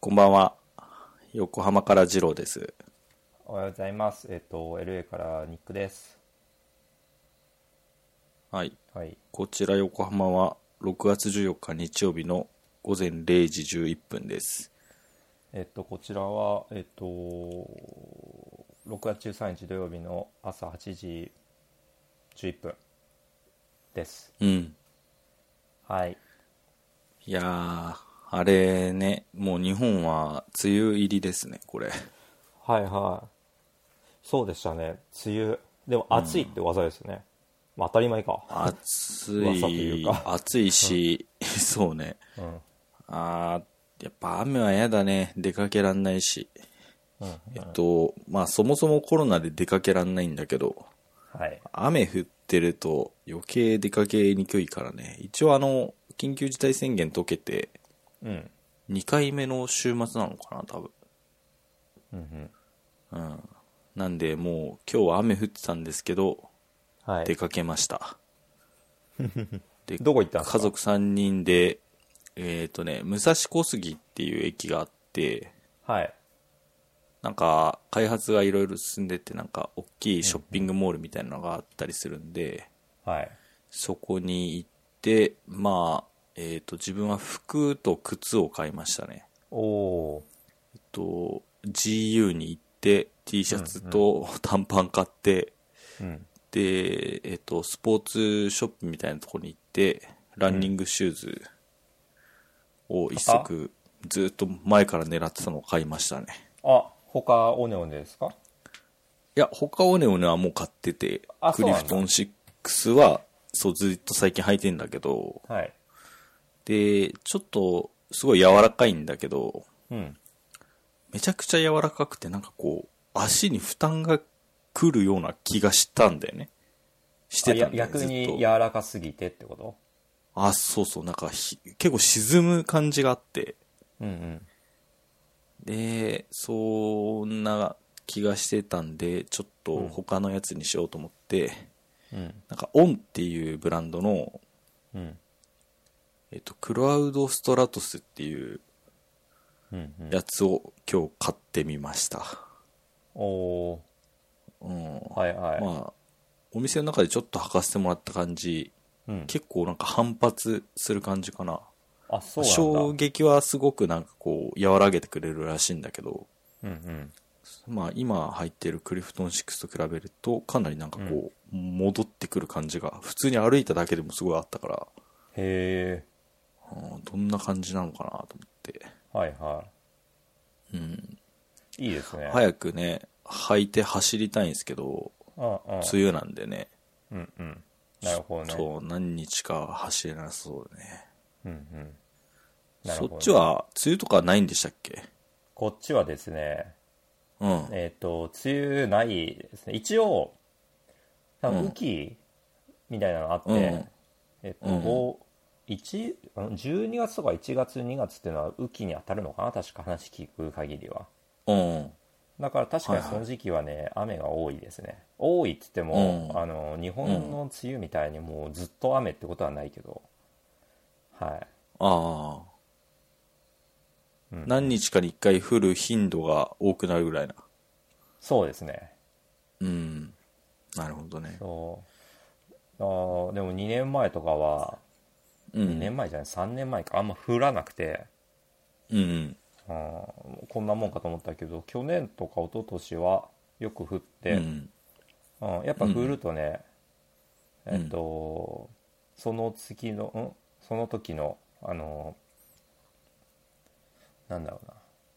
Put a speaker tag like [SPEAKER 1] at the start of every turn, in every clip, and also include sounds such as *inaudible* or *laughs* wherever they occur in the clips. [SPEAKER 1] こんばんは。横浜から二郎です。
[SPEAKER 2] おはようございます。えっ、と、LA からニックです。
[SPEAKER 1] はい。
[SPEAKER 2] はい。
[SPEAKER 1] こちら横浜は6月14日日曜日の午前0時11分です。
[SPEAKER 2] えっ、と、こちらは、えっ、と、6月13日土曜日の朝8時11分です。
[SPEAKER 1] うん。
[SPEAKER 2] はい。
[SPEAKER 1] いやー、あれね、もう日本は梅雨入りですね、これ。
[SPEAKER 2] はいはい。そうでしたね。梅雨。でも暑いって技ですね。まあ当たり前か。
[SPEAKER 1] 暑
[SPEAKER 2] 噂とい
[SPEAKER 1] いう
[SPEAKER 2] か
[SPEAKER 1] 暑いし、 *laughs* そうね。
[SPEAKER 2] うん。
[SPEAKER 1] あー、やっぱ雨は嫌だね。出かけらんないし。
[SPEAKER 2] うん。
[SPEAKER 1] えっと、まあそもそもコロナで出かけらんないんだけど、
[SPEAKER 2] はい。
[SPEAKER 1] 雨降ってると余計出かけにくいからね一応あの緊急事態宣言解けて
[SPEAKER 2] うん。
[SPEAKER 1] 2回目の週末なのかな多分
[SPEAKER 2] うんう
[SPEAKER 1] う
[SPEAKER 2] ん。
[SPEAKER 1] んなんでもう今日は雨降ってたんですけど
[SPEAKER 2] は
[SPEAKER 1] 出
[SPEAKER 2] い。
[SPEAKER 1] かけました、で
[SPEAKER 2] どこ行ったんで
[SPEAKER 1] 家
[SPEAKER 2] すか
[SPEAKER 1] 族3人でえっ、とね武蔵小杉っていう駅があって
[SPEAKER 2] はい。
[SPEAKER 1] なんか開発がいろいろ進んでってなんか大きいショッピングモールみたいなのがあったりするんで、
[SPEAKER 2] はい。
[SPEAKER 1] そこに行って、まあ、えっ、と、自分は服と靴を買いましたね。
[SPEAKER 2] おお
[SPEAKER 1] えっと、GU に行って、T シャツと短パン買って、
[SPEAKER 2] ー。うん。
[SPEAKER 1] で、えっ、と、スポーツショップみたいなとこに行って、ランニングシューズを一足、ずっと前から狙ってたのを買いましたね。
[SPEAKER 2] あ、他、オネオネですか
[SPEAKER 1] いや、他をね、オネはもう買ってて
[SPEAKER 2] あ、
[SPEAKER 1] ク
[SPEAKER 2] そう
[SPEAKER 1] リ
[SPEAKER 2] なん
[SPEAKER 1] フ
[SPEAKER 2] だ
[SPEAKER 1] トン6は、そう、ずっと最近履いてんだけど、
[SPEAKER 2] はい。
[SPEAKER 1] で、ちょっと、すごい柔らかいんだけど、
[SPEAKER 2] うん。
[SPEAKER 1] めちゃくちゃ柔らかくて、なんかこう、足に負担が来るような気がしたんだよね。してたんだよ
[SPEAKER 2] あや逆
[SPEAKER 1] ずっ
[SPEAKER 2] に
[SPEAKER 1] と
[SPEAKER 2] 柔らかすぎてってこと
[SPEAKER 1] あ、そうそう、なんかひ、結構沈む感じがあって、
[SPEAKER 2] うんうん
[SPEAKER 1] で、そんな気がしてたんで、ちょっと他のやつにしようと思って、
[SPEAKER 2] うん
[SPEAKER 1] なんか、オンっていうブランドの、
[SPEAKER 2] うん
[SPEAKER 1] えっと、クラウドストラトスっていう
[SPEAKER 2] うんうん
[SPEAKER 1] やつを今日買ってみました。
[SPEAKER 2] おお
[SPEAKER 1] うん。
[SPEAKER 2] ーはいはい、
[SPEAKER 1] まあ、お店の中でちょっと履かせてもらった感じ、
[SPEAKER 2] うん、
[SPEAKER 1] 結構なんか反発する感じかな。
[SPEAKER 2] あそうなんだ
[SPEAKER 1] 衝撃はすごくなんかこう、和らげてくれるらしいんだけど、
[SPEAKER 2] うんうん
[SPEAKER 1] まあ今入ってるクリフトン6と比べると、かなりなんかこう、戻ってくる感じが、普通に歩いただけでもすごいあったから、
[SPEAKER 2] へえ
[SPEAKER 1] うんどんな感じなのかなと思って。
[SPEAKER 2] はいは
[SPEAKER 1] うん。
[SPEAKER 2] いいいですね
[SPEAKER 1] 早くね、履いて走りたいんですけど、
[SPEAKER 2] ああ
[SPEAKER 1] 梅雨なんでね、
[SPEAKER 2] うんうんなるほどね
[SPEAKER 1] そう、何日かは走れなそうでね。
[SPEAKER 2] う、んうん、な
[SPEAKER 1] そ
[SPEAKER 2] るほどね
[SPEAKER 1] っちは、梅雨とかないんでしたっけ
[SPEAKER 2] こっちはですね
[SPEAKER 1] うん。
[SPEAKER 2] えっ、と梅雨ないですね一応なんか雨季みたいなのあって、
[SPEAKER 1] うん
[SPEAKER 2] えっ、と、
[SPEAKER 1] うん
[SPEAKER 2] こう一あの12月とか1月2月っていうのは雨季に当たるのかな確か話聞く限りは
[SPEAKER 1] うん。
[SPEAKER 2] だから確かにその時期はね、雨が多いですね多いっつっても、
[SPEAKER 1] うん
[SPEAKER 2] あの日本の梅雨みたいにもうずっと雨ってことはないけど、はい
[SPEAKER 1] ああ。
[SPEAKER 2] うん
[SPEAKER 1] 何日かに一回降る頻度が多くなるぐらいな。
[SPEAKER 2] そうですね
[SPEAKER 1] うん。なるほどね。
[SPEAKER 2] そうあーでも2年前とかは
[SPEAKER 1] う
[SPEAKER 2] 2
[SPEAKER 1] ん。
[SPEAKER 2] 年前じゃない3年前かあんま降らなくて
[SPEAKER 1] うん。
[SPEAKER 2] あーこんなもんかと思ったけど去年とか一昨年はよく降っ
[SPEAKER 1] う
[SPEAKER 2] て、
[SPEAKER 1] ん。
[SPEAKER 2] うん、やっぱ降るとね、
[SPEAKER 1] うん
[SPEAKER 2] えっと、その月の、んその時の、あの、なんだろうな、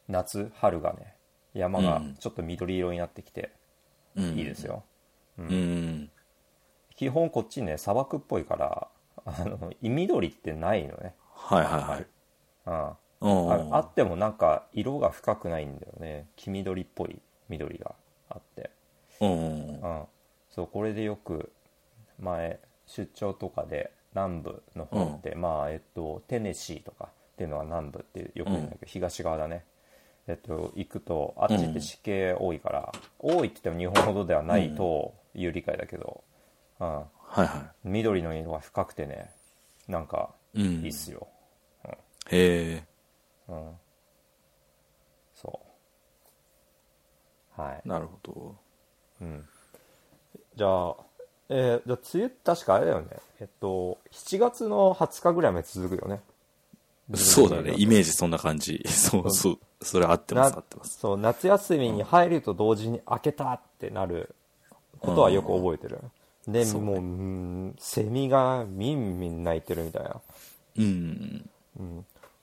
[SPEAKER 2] 夏、春がね、山が
[SPEAKER 1] うん
[SPEAKER 2] ちょっと緑色になってきて、
[SPEAKER 1] うん。
[SPEAKER 2] いいです。よ。
[SPEAKER 1] うん。
[SPEAKER 2] 基本こっちね、砂漠っぽいから、あの、い緑ってないのね。
[SPEAKER 1] はいはいはい。
[SPEAKER 2] うん、あ
[SPEAKER 1] うん。
[SPEAKER 2] あってもなんか色が深くないんだよね。黄緑っぽい緑があって。
[SPEAKER 1] うん。
[SPEAKER 2] うん、そうこれでよく前出張とかで南部の方って、まあえっとテネシーとかっていうのは南部ってよく言うんだけど、東側だねえっと行くとあっちって地形多いから、多いって言っても日本ほどではないという理解だけど、うん、
[SPEAKER 1] はいは
[SPEAKER 2] 緑の色が深くてねなんか
[SPEAKER 1] い。うん。
[SPEAKER 2] いいっ
[SPEAKER 1] へ
[SPEAKER 2] すよ、
[SPEAKER 1] え。
[SPEAKER 2] うんはい
[SPEAKER 1] なるほど。
[SPEAKER 2] うん、じゃあ、えーじゃあ梅雨確かあれだよねえっと7月の20日ぐらいまで続くよね
[SPEAKER 1] そうだね。イメージそんな感じ。そうそう。それ合ってます、合
[SPEAKER 2] な
[SPEAKER 1] ってます。
[SPEAKER 2] そう夏休みに入ると同時に明けたってなることはよく覚えてる、で
[SPEAKER 1] そうね
[SPEAKER 2] もううんセミがみんみん鳴いてるみたいな
[SPEAKER 1] うん。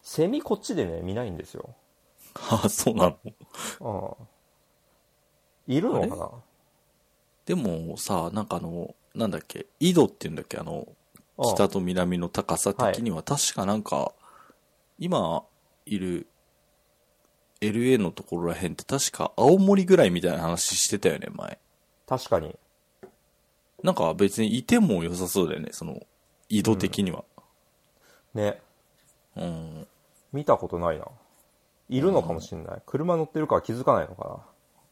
[SPEAKER 2] セミこっちでね見ないんですよ、
[SPEAKER 1] ああ、そうなの。
[SPEAKER 2] うん、いるのかな
[SPEAKER 1] でもさ、なんかあの、なんだっけ、緯度っていうんだっけ、あの、
[SPEAKER 2] うん
[SPEAKER 1] 北と南の高さ的には、確かなんか、今いる LA のところらへんって確か青森ぐらいみたいな話してたよね、前。
[SPEAKER 2] 確かに
[SPEAKER 1] なんか別にいても良さそうだよね、その、緯度的には。
[SPEAKER 2] ね
[SPEAKER 1] うん。
[SPEAKER 2] 見たことないないるのかもしれない、車乗ってるから気づかないのかな
[SPEAKER 1] あ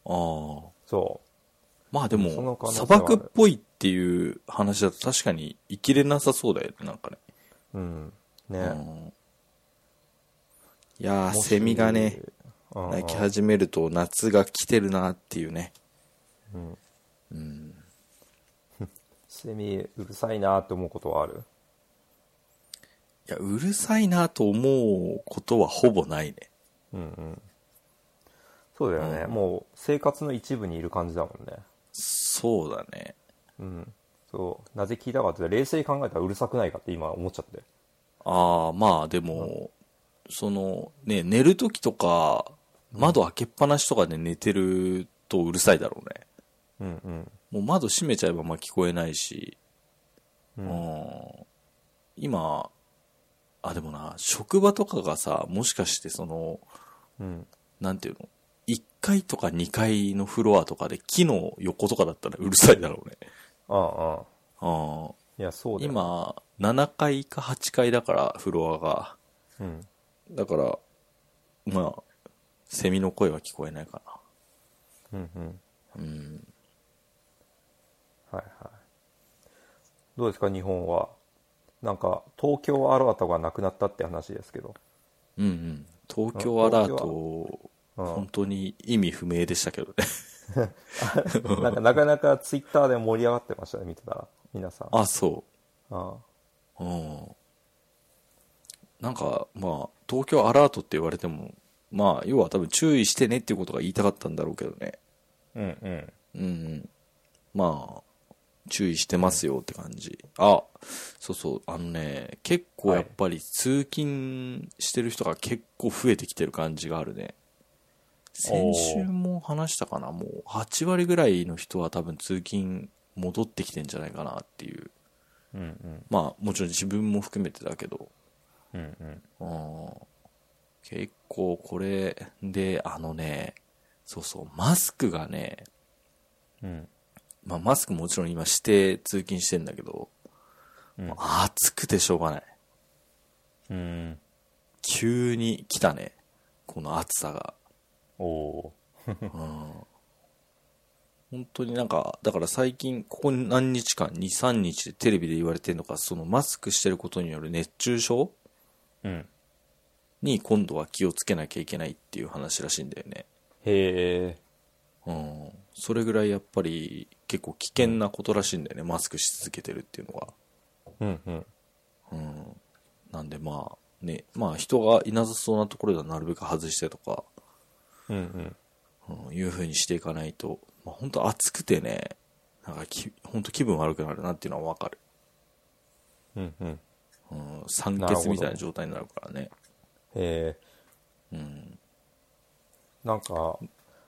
[SPEAKER 1] あ。
[SPEAKER 2] そ
[SPEAKER 1] まあで
[SPEAKER 2] その
[SPEAKER 1] も
[SPEAKER 2] 可能、性は
[SPEAKER 1] 砂
[SPEAKER 2] ある
[SPEAKER 1] 漠っぽいっていう話だと確かに生きれなさそうだよね、なんかね。
[SPEAKER 2] ううんね、
[SPEAKER 1] うんいやー、
[SPEAKER 2] もし
[SPEAKER 1] セミがね、
[SPEAKER 2] うん
[SPEAKER 1] 鳴き始めると夏が来てるなっていうね。
[SPEAKER 2] セミうるさいなって思うことはある
[SPEAKER 1] いや、うるさいなと思うことはほぼないね。
[SPEAKER 2] そうだよね、もう生活の一部にいる感じだもんね
[SPEAKER 1] そうだね。
[SPEAKER 2] うんそうなぜ聞いたかって冷静に考えたらうるさくないかって今思っちゃって
[SPEAKER 1] ああ、まあでも、その、ね、寝るときとか、窓開けっぱなしとかで寝てるとうるさいだろうね。
[SPEAKER 2] うんうん
[SPEAKER 1] もう窓閉めちゃえばまあ聞こえないし、
[SPEAKER 2] うん
[SPEAKER 1] うん今、あ、でもな、職場とかがさ、もしかしてその、
[SPEAKER 2] うん
[SPEAKER 1] なんていうの、1階とか2階のフロアとかで木の横とかだったらうるさいだろうね。
[SPEAKER 2] ああああ
[SPEAKER 1] あ
[SPEAKER 2] いやそうだよ、
[SPEAKER 1] 今、7階か8階だから、フロアが。
[SPEAKER 2] うん、
[SPEAKER 1] だから、まあ、セミの声は聞こえないか
[SPEAKER 2] うんうん
[SPEAKER 1] な。うん。
[SPEAKER 2] はいはいどうですか日本はなんか東京アラートがなくなったって話ですけど
[SPEAKER 1] うんうん。東京アラー
[SPEAKER 2] 東
[SPEAKER 1] ト、
[SPEAKER 2] うん
[SPEAKER 1] 本当に意味不明でしたけどね。
[SPEAKER 2] なんかなかなかツイッターで盛り上がってましたね見てたら皆さん
[SPEAKER 1] あ、そ
[SPEAKER 2] あ
[SPEAKER 1] う。うん。なんか、まあ、東京アラートって言われても、まあ、要は多分注意してねっていうことが言いたかったんだろうけどね。
[SPEAKER 2] うんうん
[SPEAKER 1] うんうん。まあ、注意してますよって感じ。あ、そうそう、あのね、結構やっぱり通勤してる人が結構増えてきてる感じがあるね。先週も話したかな、もう8割ぐらいの人は多分通勤戻ってきてんじゃないかなっていう。
[SPEAKER 2] うんうん
[SPEAKER 1] まあ、もちろん自分も含めてだけど。
[SPEAKER 2] うんう
[SPEAKER 1] う
[SPEAKER 2] ん
[SPEAKER 1] ん結構これで、あのね、そうそう、マスクがね、
[SPEAKER 2] うん
[SPEAKER 1] まあ、マスクもちろん今して通勤してんだけど、
[SPEAKER 2] うん
[SPEAKER 1] もう暑くてしょうがない。
[SPEAKER 2] うん
[SPEAKER 1] 急に来たね。この暑さが。
[SPEAKER 2] おお
[SPEAKER 1] 本当になんか、だから最近、ここ何日間、2、3日でテレビで言われてるのか、そのマスクしてることによる熱中症
[SPEAKER 2] うん
[SPEAKER 1] に今度は気をつけなきゃいけないっていう話らしいんだよね。
[SPEAKER 2] へえ
[SPEAKER 1] うん。それぐらいやっぱり結構危険なことらしいんだよね。マスクし続けてるっていうのは。
[SPEAKER 2] うんうん
[SPEAKER 1] うん。なんでまあ、ね、まあ人がいなさそうなところではなるべく外してとか、
[SPEAKER 2] うんうん
[SPEAKER 1] うん、いう風にしていかないと、まあ本当暑くてね、なんかき、本当気分悪くなるなっていうのはわかる。
[SPEAKER 2] うんうんへ
[SPEAKER 1] うん、酸欠みたいな状態になるからね。
[SPEAKER 2] え
[SPEAKER 1] うん。
[SPEAKER 2] なんか、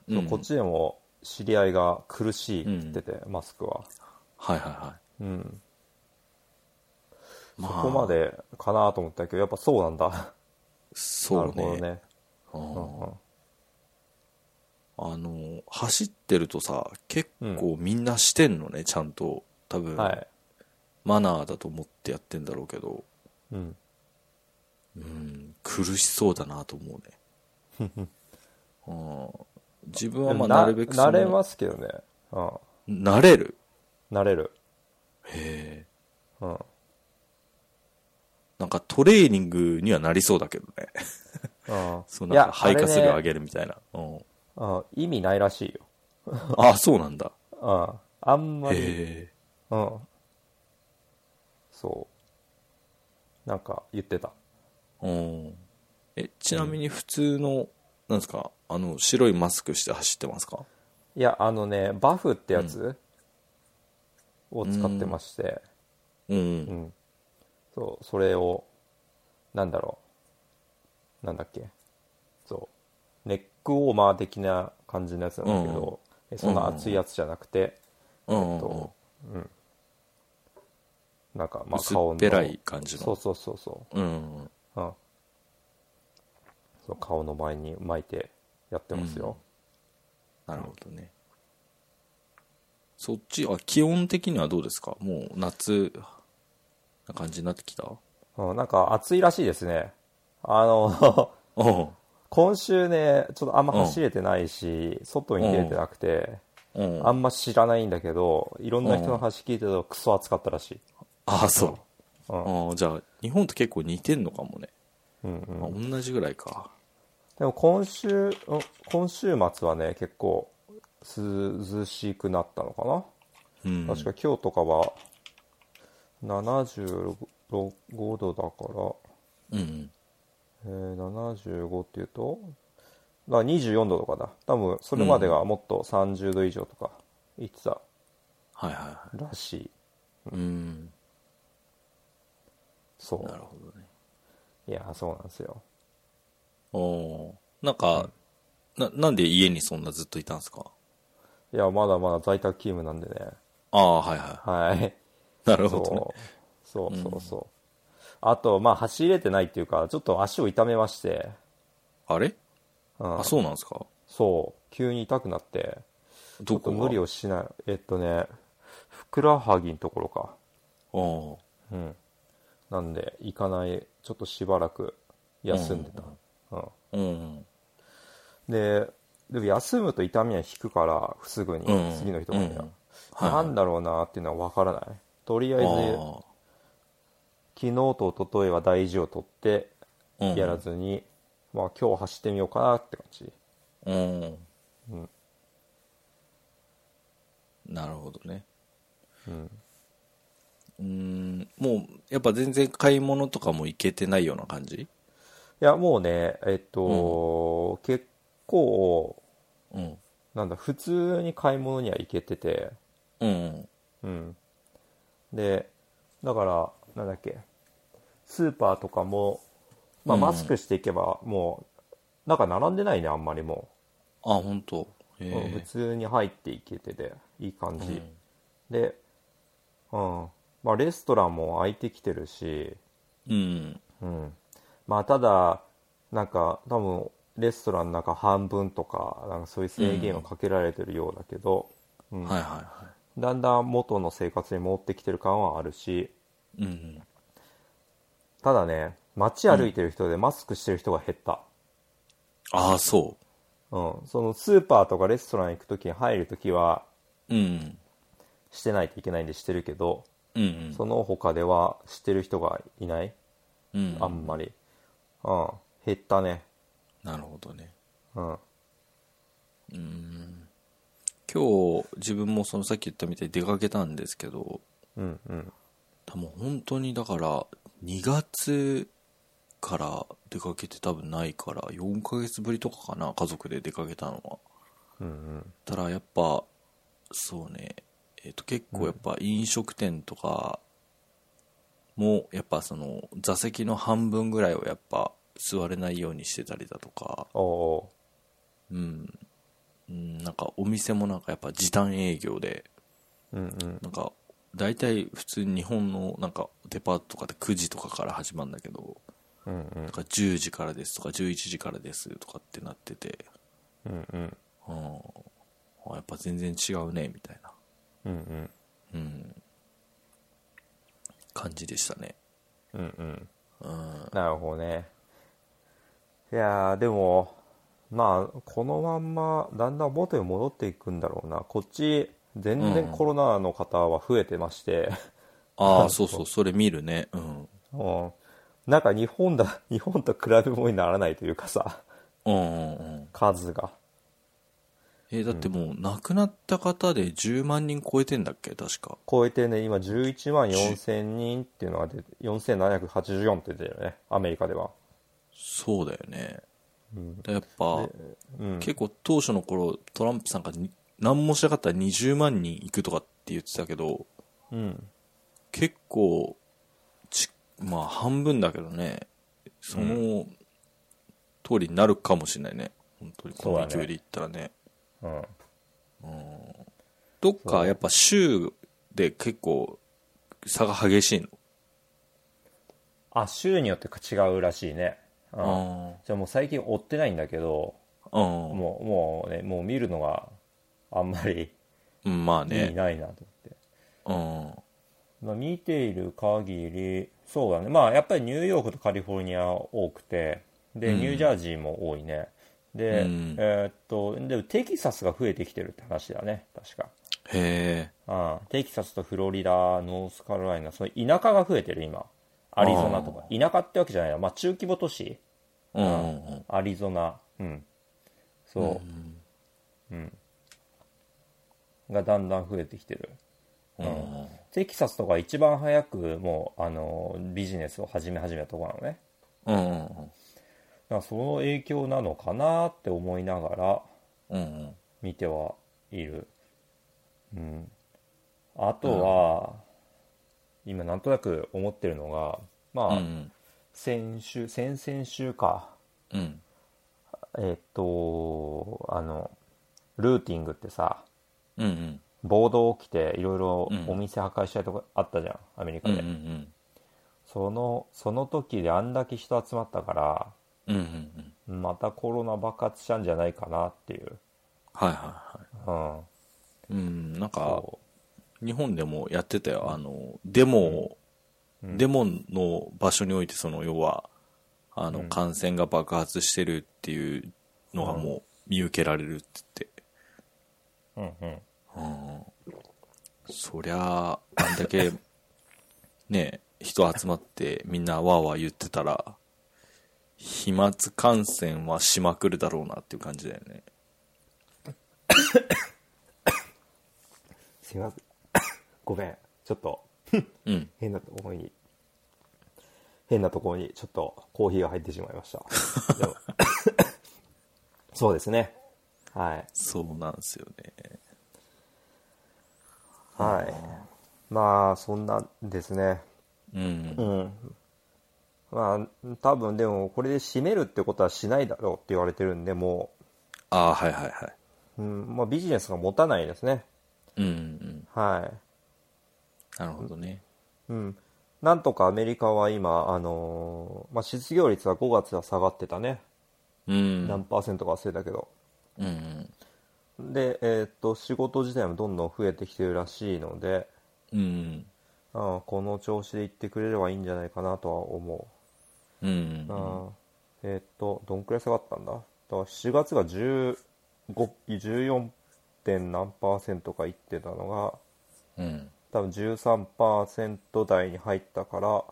[SPEAKER 1] うん
[SPEAKER 2] こっちでも知り合いが苦しいって言ってて、マスクは
[SPEAKER 1] はいはいは
[SPEAKER 2] うん
[SPEAKER 1] い。まあ、
[SPEAKER 2] ここまでかなと思ったけどやっぱそうなんだ
[SPEAKER 1] そ
[SPEAKER 2] なる
[SPEAKER 1] う
[SPEAKER 2] ほど
[SPEAKER 1] ね。
[SPEAKER 2] ね
[SPEAKER 1] うん
[SPEAKER 2] うん
[SPEAKER 1] あの、走ってるとさ、結構みんなしてんのね、ちゃんと。多分、
[SPEAKER 2] はい
[SPEAKER 1] マナーだと思ってやってんだろうけど、
[SPEAKER 2] うん
[SPEAKER 1] うん、苦しそうだなと思
[SPEAKER 2] *laughs*
[SPEAKER 1] うね。うん、自分はまあ
[SPEAKER 2] な
[SPEAKER 1] なるべくその
[SPEAKER 2] 慣れますけどねうん
[SPEAKER 1] 慣れる
[SPEAKER 2] 慣れる
[SPEAKER 1] へえ。
[SPEAKER 2] うん
[SPEAKER 1] なんかトレーニングにはなりそうだけどね。 *laughs*
[SPEAKER 2] うん
[SPEAKER 1] そうなんか肺
[SPEAKER 2] いやあれね
[SPEAKER 1] 活量上げるみたいな。うん。
[SPEAKER 2] うん意味ないらしいよ
[SPEAKER 1] ああ、そうなんだ。
[SPEAKER 2] うん。あんまり、
[SPEAKER 1] へえ。
[SPEAKER 2] うん。そう。なんか言ってた。
[SPEAKER 1] うん。え、ちなみに普通の、なんですか、あの、白いマスクして走ってますか
[SPEAKER 2] いや、あのね、バフってやつを使ってまして、
[SPEAKER 1] うん
[SPEAKER 2] う。ん。そう、それを、なんだろう。なんだっけ。そう。ネックウォーマー的な感じのやつなんだけど、えそんな熱いやつじゃなくて、
[SPEAKER 1] うん。うん
[SPEAKER 2] と、うん。なんか、まあ、
[SPEAKER 1] 薄っ
[SPEAKER 2] 顔の。
[SPEAKER 1] ぺらい感じの
[SPEAKER 2] そうそうそうそ
[SPEAKER 1] うん。
[SPEAKER 2] う。うん。そう、顔の前に巻いてやってますよ。
[SPEAKER 1] なるほどね。そっち、あ、気温的にはどうですかもう夏、な感じになってきた
[SPEAKER 2] うん、なんか、暑いらしいですね。あの、 *laughs*
[SPEAKER 1] うん。
[SPEAKER 2] 今週ね、ちょっとあんま走れてないし、外に出れてなくて、
[SPEAKER 1] うん。
[SPEAKER 2] あんま知らないんだけど、いろんな人の話聞いてると、クソ暑かったらしい。
[SPEAKER 1] ああ、そう。
[SPEAKER 2] うん
[SPEAKER 1] ああ、じゃあ、日本と結構似てんのかもね。
[SPEAKER 2] うんうん
[SPEAKER 1] あ同じぐらいか。
[SPEAKER 2] でも今週、うん今週末はね、結構、涼しくなったのかな。
[SPEAKER 1] うん。
[SPEAKER 2] 確か今日とかは75度だから、
[SPEAKER 1] うん。
[SPEAKER 2] えー75っていうとだから24度とかだ多分それまでがもっと30度以上とか言ってた
[SPEAKER 1] はいはいは
[SPEAKER 2] らしい、
[SPEAKER 1] い。うん。
[SPEAKER 2] そ
[SPEAKER 1] なるほどね。
[SPEAKER 2] ういやそうなんですよ
[SPEAKER 1] おおーなんか、な、なんで家にそんなずっといたんですか
[SPEAKER 2] いやまだまだ在宅勤務なんでね
[SPEAKER 1] ああ、はいは *laughs*
[SPEAKER 2] はい
[SPEAKER 1] い。なるほどね。
[SPEAKER 2] そうそうそうそう、あとまあ走れてないっていうかちょっと足を痛めまして、
[SPEAKER 1] あれ
[SPEAKER 2] うん
[SPEAKER 1] あ、、そうなんですか
[SPEAKER 2] そう急に痛くなって
[SPEAKER 1] どこが
[SPEAKER 2] 無理をしないえっとねふくらはぎのところか
[SPEAKER 1] ああ。
[SPEAKER 2] うんなんで行かないちょっとしばらく休んでた、うん
[SPEAKER 1] うん。
[SPEAKER 2] ででも休むと痛みは引くからすぐに、
[SPEAKER 1] うん
[SPEAKER 2] 次の日とかに
[SPEAKER 1] うん
[SPEAKER 2] は、
[SPEAKER 1] はい
[SPEAKER 2] なんだろうなっていうのは分からないとりあえず
[SPEAKER 1] あ
[SPEAKER 2] 昨日と一昨日は大事を取って
[SPEAKER 1] あ。うん
[SPEAKER 2] やらずに、まあ今日走ってみようかなって感じ
[SPEAKER 1] うん。
[SPEAKER 2] うん
[SPEAKER 1] なるほどね。
[SPEAKER 2] うん
[SPEAKER 1] うーん。もう、やっぱ全然買い物とかも行けてないような感じ
[SPEAKER 2] いやもうねえっと、結構
[SPEAKER 1] うん。
[SPEAKER 2] なんだ普通に買い物には行けてて
[SPEAKER 1] うん。
[SPEAKER 2] うん、でだからなんだっけスーパーとかも、まあ、
[SPEAKER 1] うん
[SPEAKER 2] マスクしていけばもうなんか並んでないねあんまりも
[SPEAKER 1] あ、本当。
[SPEAKER 2] う、
[SPEAKER 1] へ
[SPEAKER 2] うん普
[SPEAKER 1] え。
[SPEAKER 2] 通に入っていけてていい感
[SPEAKER 1] う
[SPEAKER 2] じ、
[SPEAKER 1] ん
[SPEAKER 2] で、うんまあ、レストランも空いてきてるし、
[SPEAKER 1] うん。
[SPEAKER 2] うんまあ、ただなんか多分レストランの中半分とかなんかそういう制限をかけられてるようだけど、うん
[SPEAKER 1] はいは
[SPEAKER 2] だんだん元の生活に戻ってきてる感はあるし
[SPEAKER 1] いはい。うん。
[SPEAKER 2] ただね街歩いてる人でマスクしてる人が減った、
[SPEAKER 1] ああ、そ
[SPEAKER 2] うんそのスーパーとかレストラン行く時に入る時は
[SPEAKER 1] う。うん。
[SPEAKER 2] してないといけないんでしてるけど
[SPEAKER 1] うんうん。
[SPEAKER 2] その他ではしてる人がいない
[SPEAKER 1] うん。
[SPEAKER 2] あんまり、うん減ったね
[SPEAKER 1] なるほどね。
[SPEAKER 2] うん
[SPEAKER 1] 今日、自分もそのさっき言ったみたいに出かけたんですけど、
[SPEAKER 2] うんうん
[SPEAKER 1] 多分本当にだから、2月から出かけて多分ないから、4ヶ月ぶりとかかな、家族で出かけたのは。
[SPEAKER 2] うんうん
[SPEAKER 1] たらやっぱ、そうね、えっ、と結構やっぱ飲食店とかも、やっぱその座席の半分ぐらいをやっぱ座れないようにしてたりだとか、
[SPEAKER 2] おうお
[SPEAKER 1] うん、うん、なんかお店もなんかやっぱ時短営業で、
[SPEAKER 2] ううんうん
[SPEAKER 1] なんか大体普通に日本のなんかデパートとかで9時とかから始まるんだけど、
[SPEAKER 2] うんう
[SPEAKER 1] なん
[SPEAKER 2] ん
[SPEAKER 1] か10時からですとか11時からですとかってなってて、
[SPEAKER 2] うんうん
[SPEAKER 1] うん、あやっぱ全然違うね、みたいな。
[SPEAKER 2] うんうん
[SPEAKER 1] うん、感じでしたね。
[SPEAKER 2] うんうん
[SPEAKER 1] うん、
[SPEAKER 2] なるほどねいやーでもまあこのまんまだんだん元に戻っていくんだろうなこっち全然
[SPEAKER 1] うん
[SPEAKER 2] コロナの方は増えてまして、 *laughs*
[SPEAKER 1] あ *laughs* あ、そうそう、それ見るね。うん。
[SPEAKER 2] うん、なんか日本だ *laughs* 日本と比べ物にならないというかさ
[SPEAKER 1] うんうんうん。
[SPEAKER 2] 数が
[SPEAKER 1] えーだってもう亡くなった方で10万人超えてんだっけ確か。
[SPEAKER 2] 超えてね、今11万4000人っていうのが出て、4784って出てるね、アメリカでは。
[SPEAKER 1] そうだよね。やっぱ、
[SPEAKER 2] うん。
[SPEAKER 1] 結構当初の頃、トランプさんがに何もしなかったら20万人いくとかって言ってたけど、
[SPEAKER 2] うん。
[SPEAKER 1] 結構ち、まあ半分だけどね、その通りになるかもしれないね。本当にこ
[SPEAKER 2] そうだ
[SPEAKER 1] の
[SPEAKER 2] ね
[SPEAKER 1] 勢いでいったらね。
[SPEAKER 2] うん。
[SPEAKER 1] どっかやっぱ州で結構差が激しいの。
[SPEAKER 2] あ、州によって違うらしいね。うん。
[SPEAKER 1] あ
[SPEAKER 2] じゃあもう最近追ってないんだけど、
[SPEAKER 1] あー。
[SPEAKER 2] もう、もうね、もう見るのがあんまり
[SPEAKER 1] うん。まあ
[SPEAKER 2] 意味
[SPEAKER 1] ね。
[SPEAKER 2] ないなと思って。
[SPEAKER 1] うん。
[SPEAKER 2] まあ、見ている限り、そうだね。まあ、やっぱりニューヨークとカリフォルニア多くて、で、ニュージャージーも多いね。で、
[SPEAKER 1] うん
[SPEAKER 2] えーっと、で、テキサスが増えてきてるって話だね、確か。
[SPEAKER 1] へえ。
[SPEAKER 2] うん、テキサスとフロリダ、ノースカロライナ、その田舎が増えてる、今。アリゾナとか。田舎ってわけじゃないな。まあ、中規模都市。
[SPEAKER 1] うんうんうん。
[SPEAKER 2] アリゾナ。うん。そう。うん。がだんだん増えてきてる。
[SPEAKER 1] うん
[SPEAKER 2] テキサスとか一番早くもうあのビジネスを始め始めたところなのね
[SPEAKER 1] うんうん
[SPEAKER 2] だからその影響なのかなって思いながら
[SPEAKER 1] うんうん
[SPEAKER 2] 見てはいるうんあとは、今なんとなく思ってるのがま
[SPEAKER 1] う
[SPEAKER 2] あ、
[SPEAKER 1] ん
[SPEAKER 2] 先週先々週か
[SPEAKER 1] うん
[SPEAKER 2] えっとあのルーティングってさ
[SPEAKER 1] うんうん
[SPEAKER 2] 暴動起きていろいろ
[SPEAKER 1] うん
[SPEAKER 2] お店破壊したりとかあったじゃんアメリカ
[SPEAKER 1] うん
[SPEAKER 2] で、
[SPEAKER 1] うんうん
[SPEAKER 2] そのその時であんだけ人集まったから
[SPEAKER 1] うんうんうん
[SPEAKER 2] またコロナ爆発したんじゃないかなっていう、
[SPEAKER 1] はいはいは
[SPEAKER 2] うん、
[SPEAKER 1] いうんなんか
[SPEAKER 2] そ
[SPEAKER 1] 日本でもやってたよあのデモをデモの場所においてその要はあの感染が爆発してるっていうのがもう見受けられるって
[SPEAKER 2] う、うんうん、
[SPEAKER 1] 言ってうんそりゃああんだ *laughs* けね人集まってみんなわーわー言ってたら飛沫感染はしまくるだろうなっていう感じだよね
[SPEAKER 2] すいません *coughs* ごめんちょっと
[SPEAKER 1] うん
[SPEAKER 2] 変なところに変なところにちょっとコーヒーが入ってしまいました *laughs* でもそうですねはい
[SPEAKER 1] そうなんですよね
[SPEAKER 2] はいまあそんなんですね
[SPEAKER 1] うん
[SPEAKER 2] うんまあ多分でもこれで閉めるってことはしないだろうって言われてるんでも
[SPEAKER 1] ああはいはいは
[SPEAKER 2] う、うんまあ、ビジネスが持たないですね
[SPEAKER 1] いうんうん
[SPEAKER 2] はい
[SPEAKER 1] なるほどね
[SPEAKER 2] うん、なんとかアメリカは今、あのーまあ、失業率は5月は下がってたね、
[SPEAKER 1] うん
[SPEAKER 2] 何パーセントか忘れたけど、
[SPEAKER 1] うんうん
[SPEAKER 2] で、えーっと仕事自体もどんどん増えてきてるらしいので、
[SPEAKER 1] うん
[SPEAKER 2] あーこの調子で行ってくれればいいんじゃないかなとは思
[SPEAKER 1] うんう
[SPEAKER 2] う、
[SPEAKER 1] ん
[SPEAKER 2] あーえーっとどんくらい下がったんだだから7月が15 14. 点何パーセントかいってたのが
[SPEAKER 1] うん
[SPEAKER 2] 多分13%台に入ったから、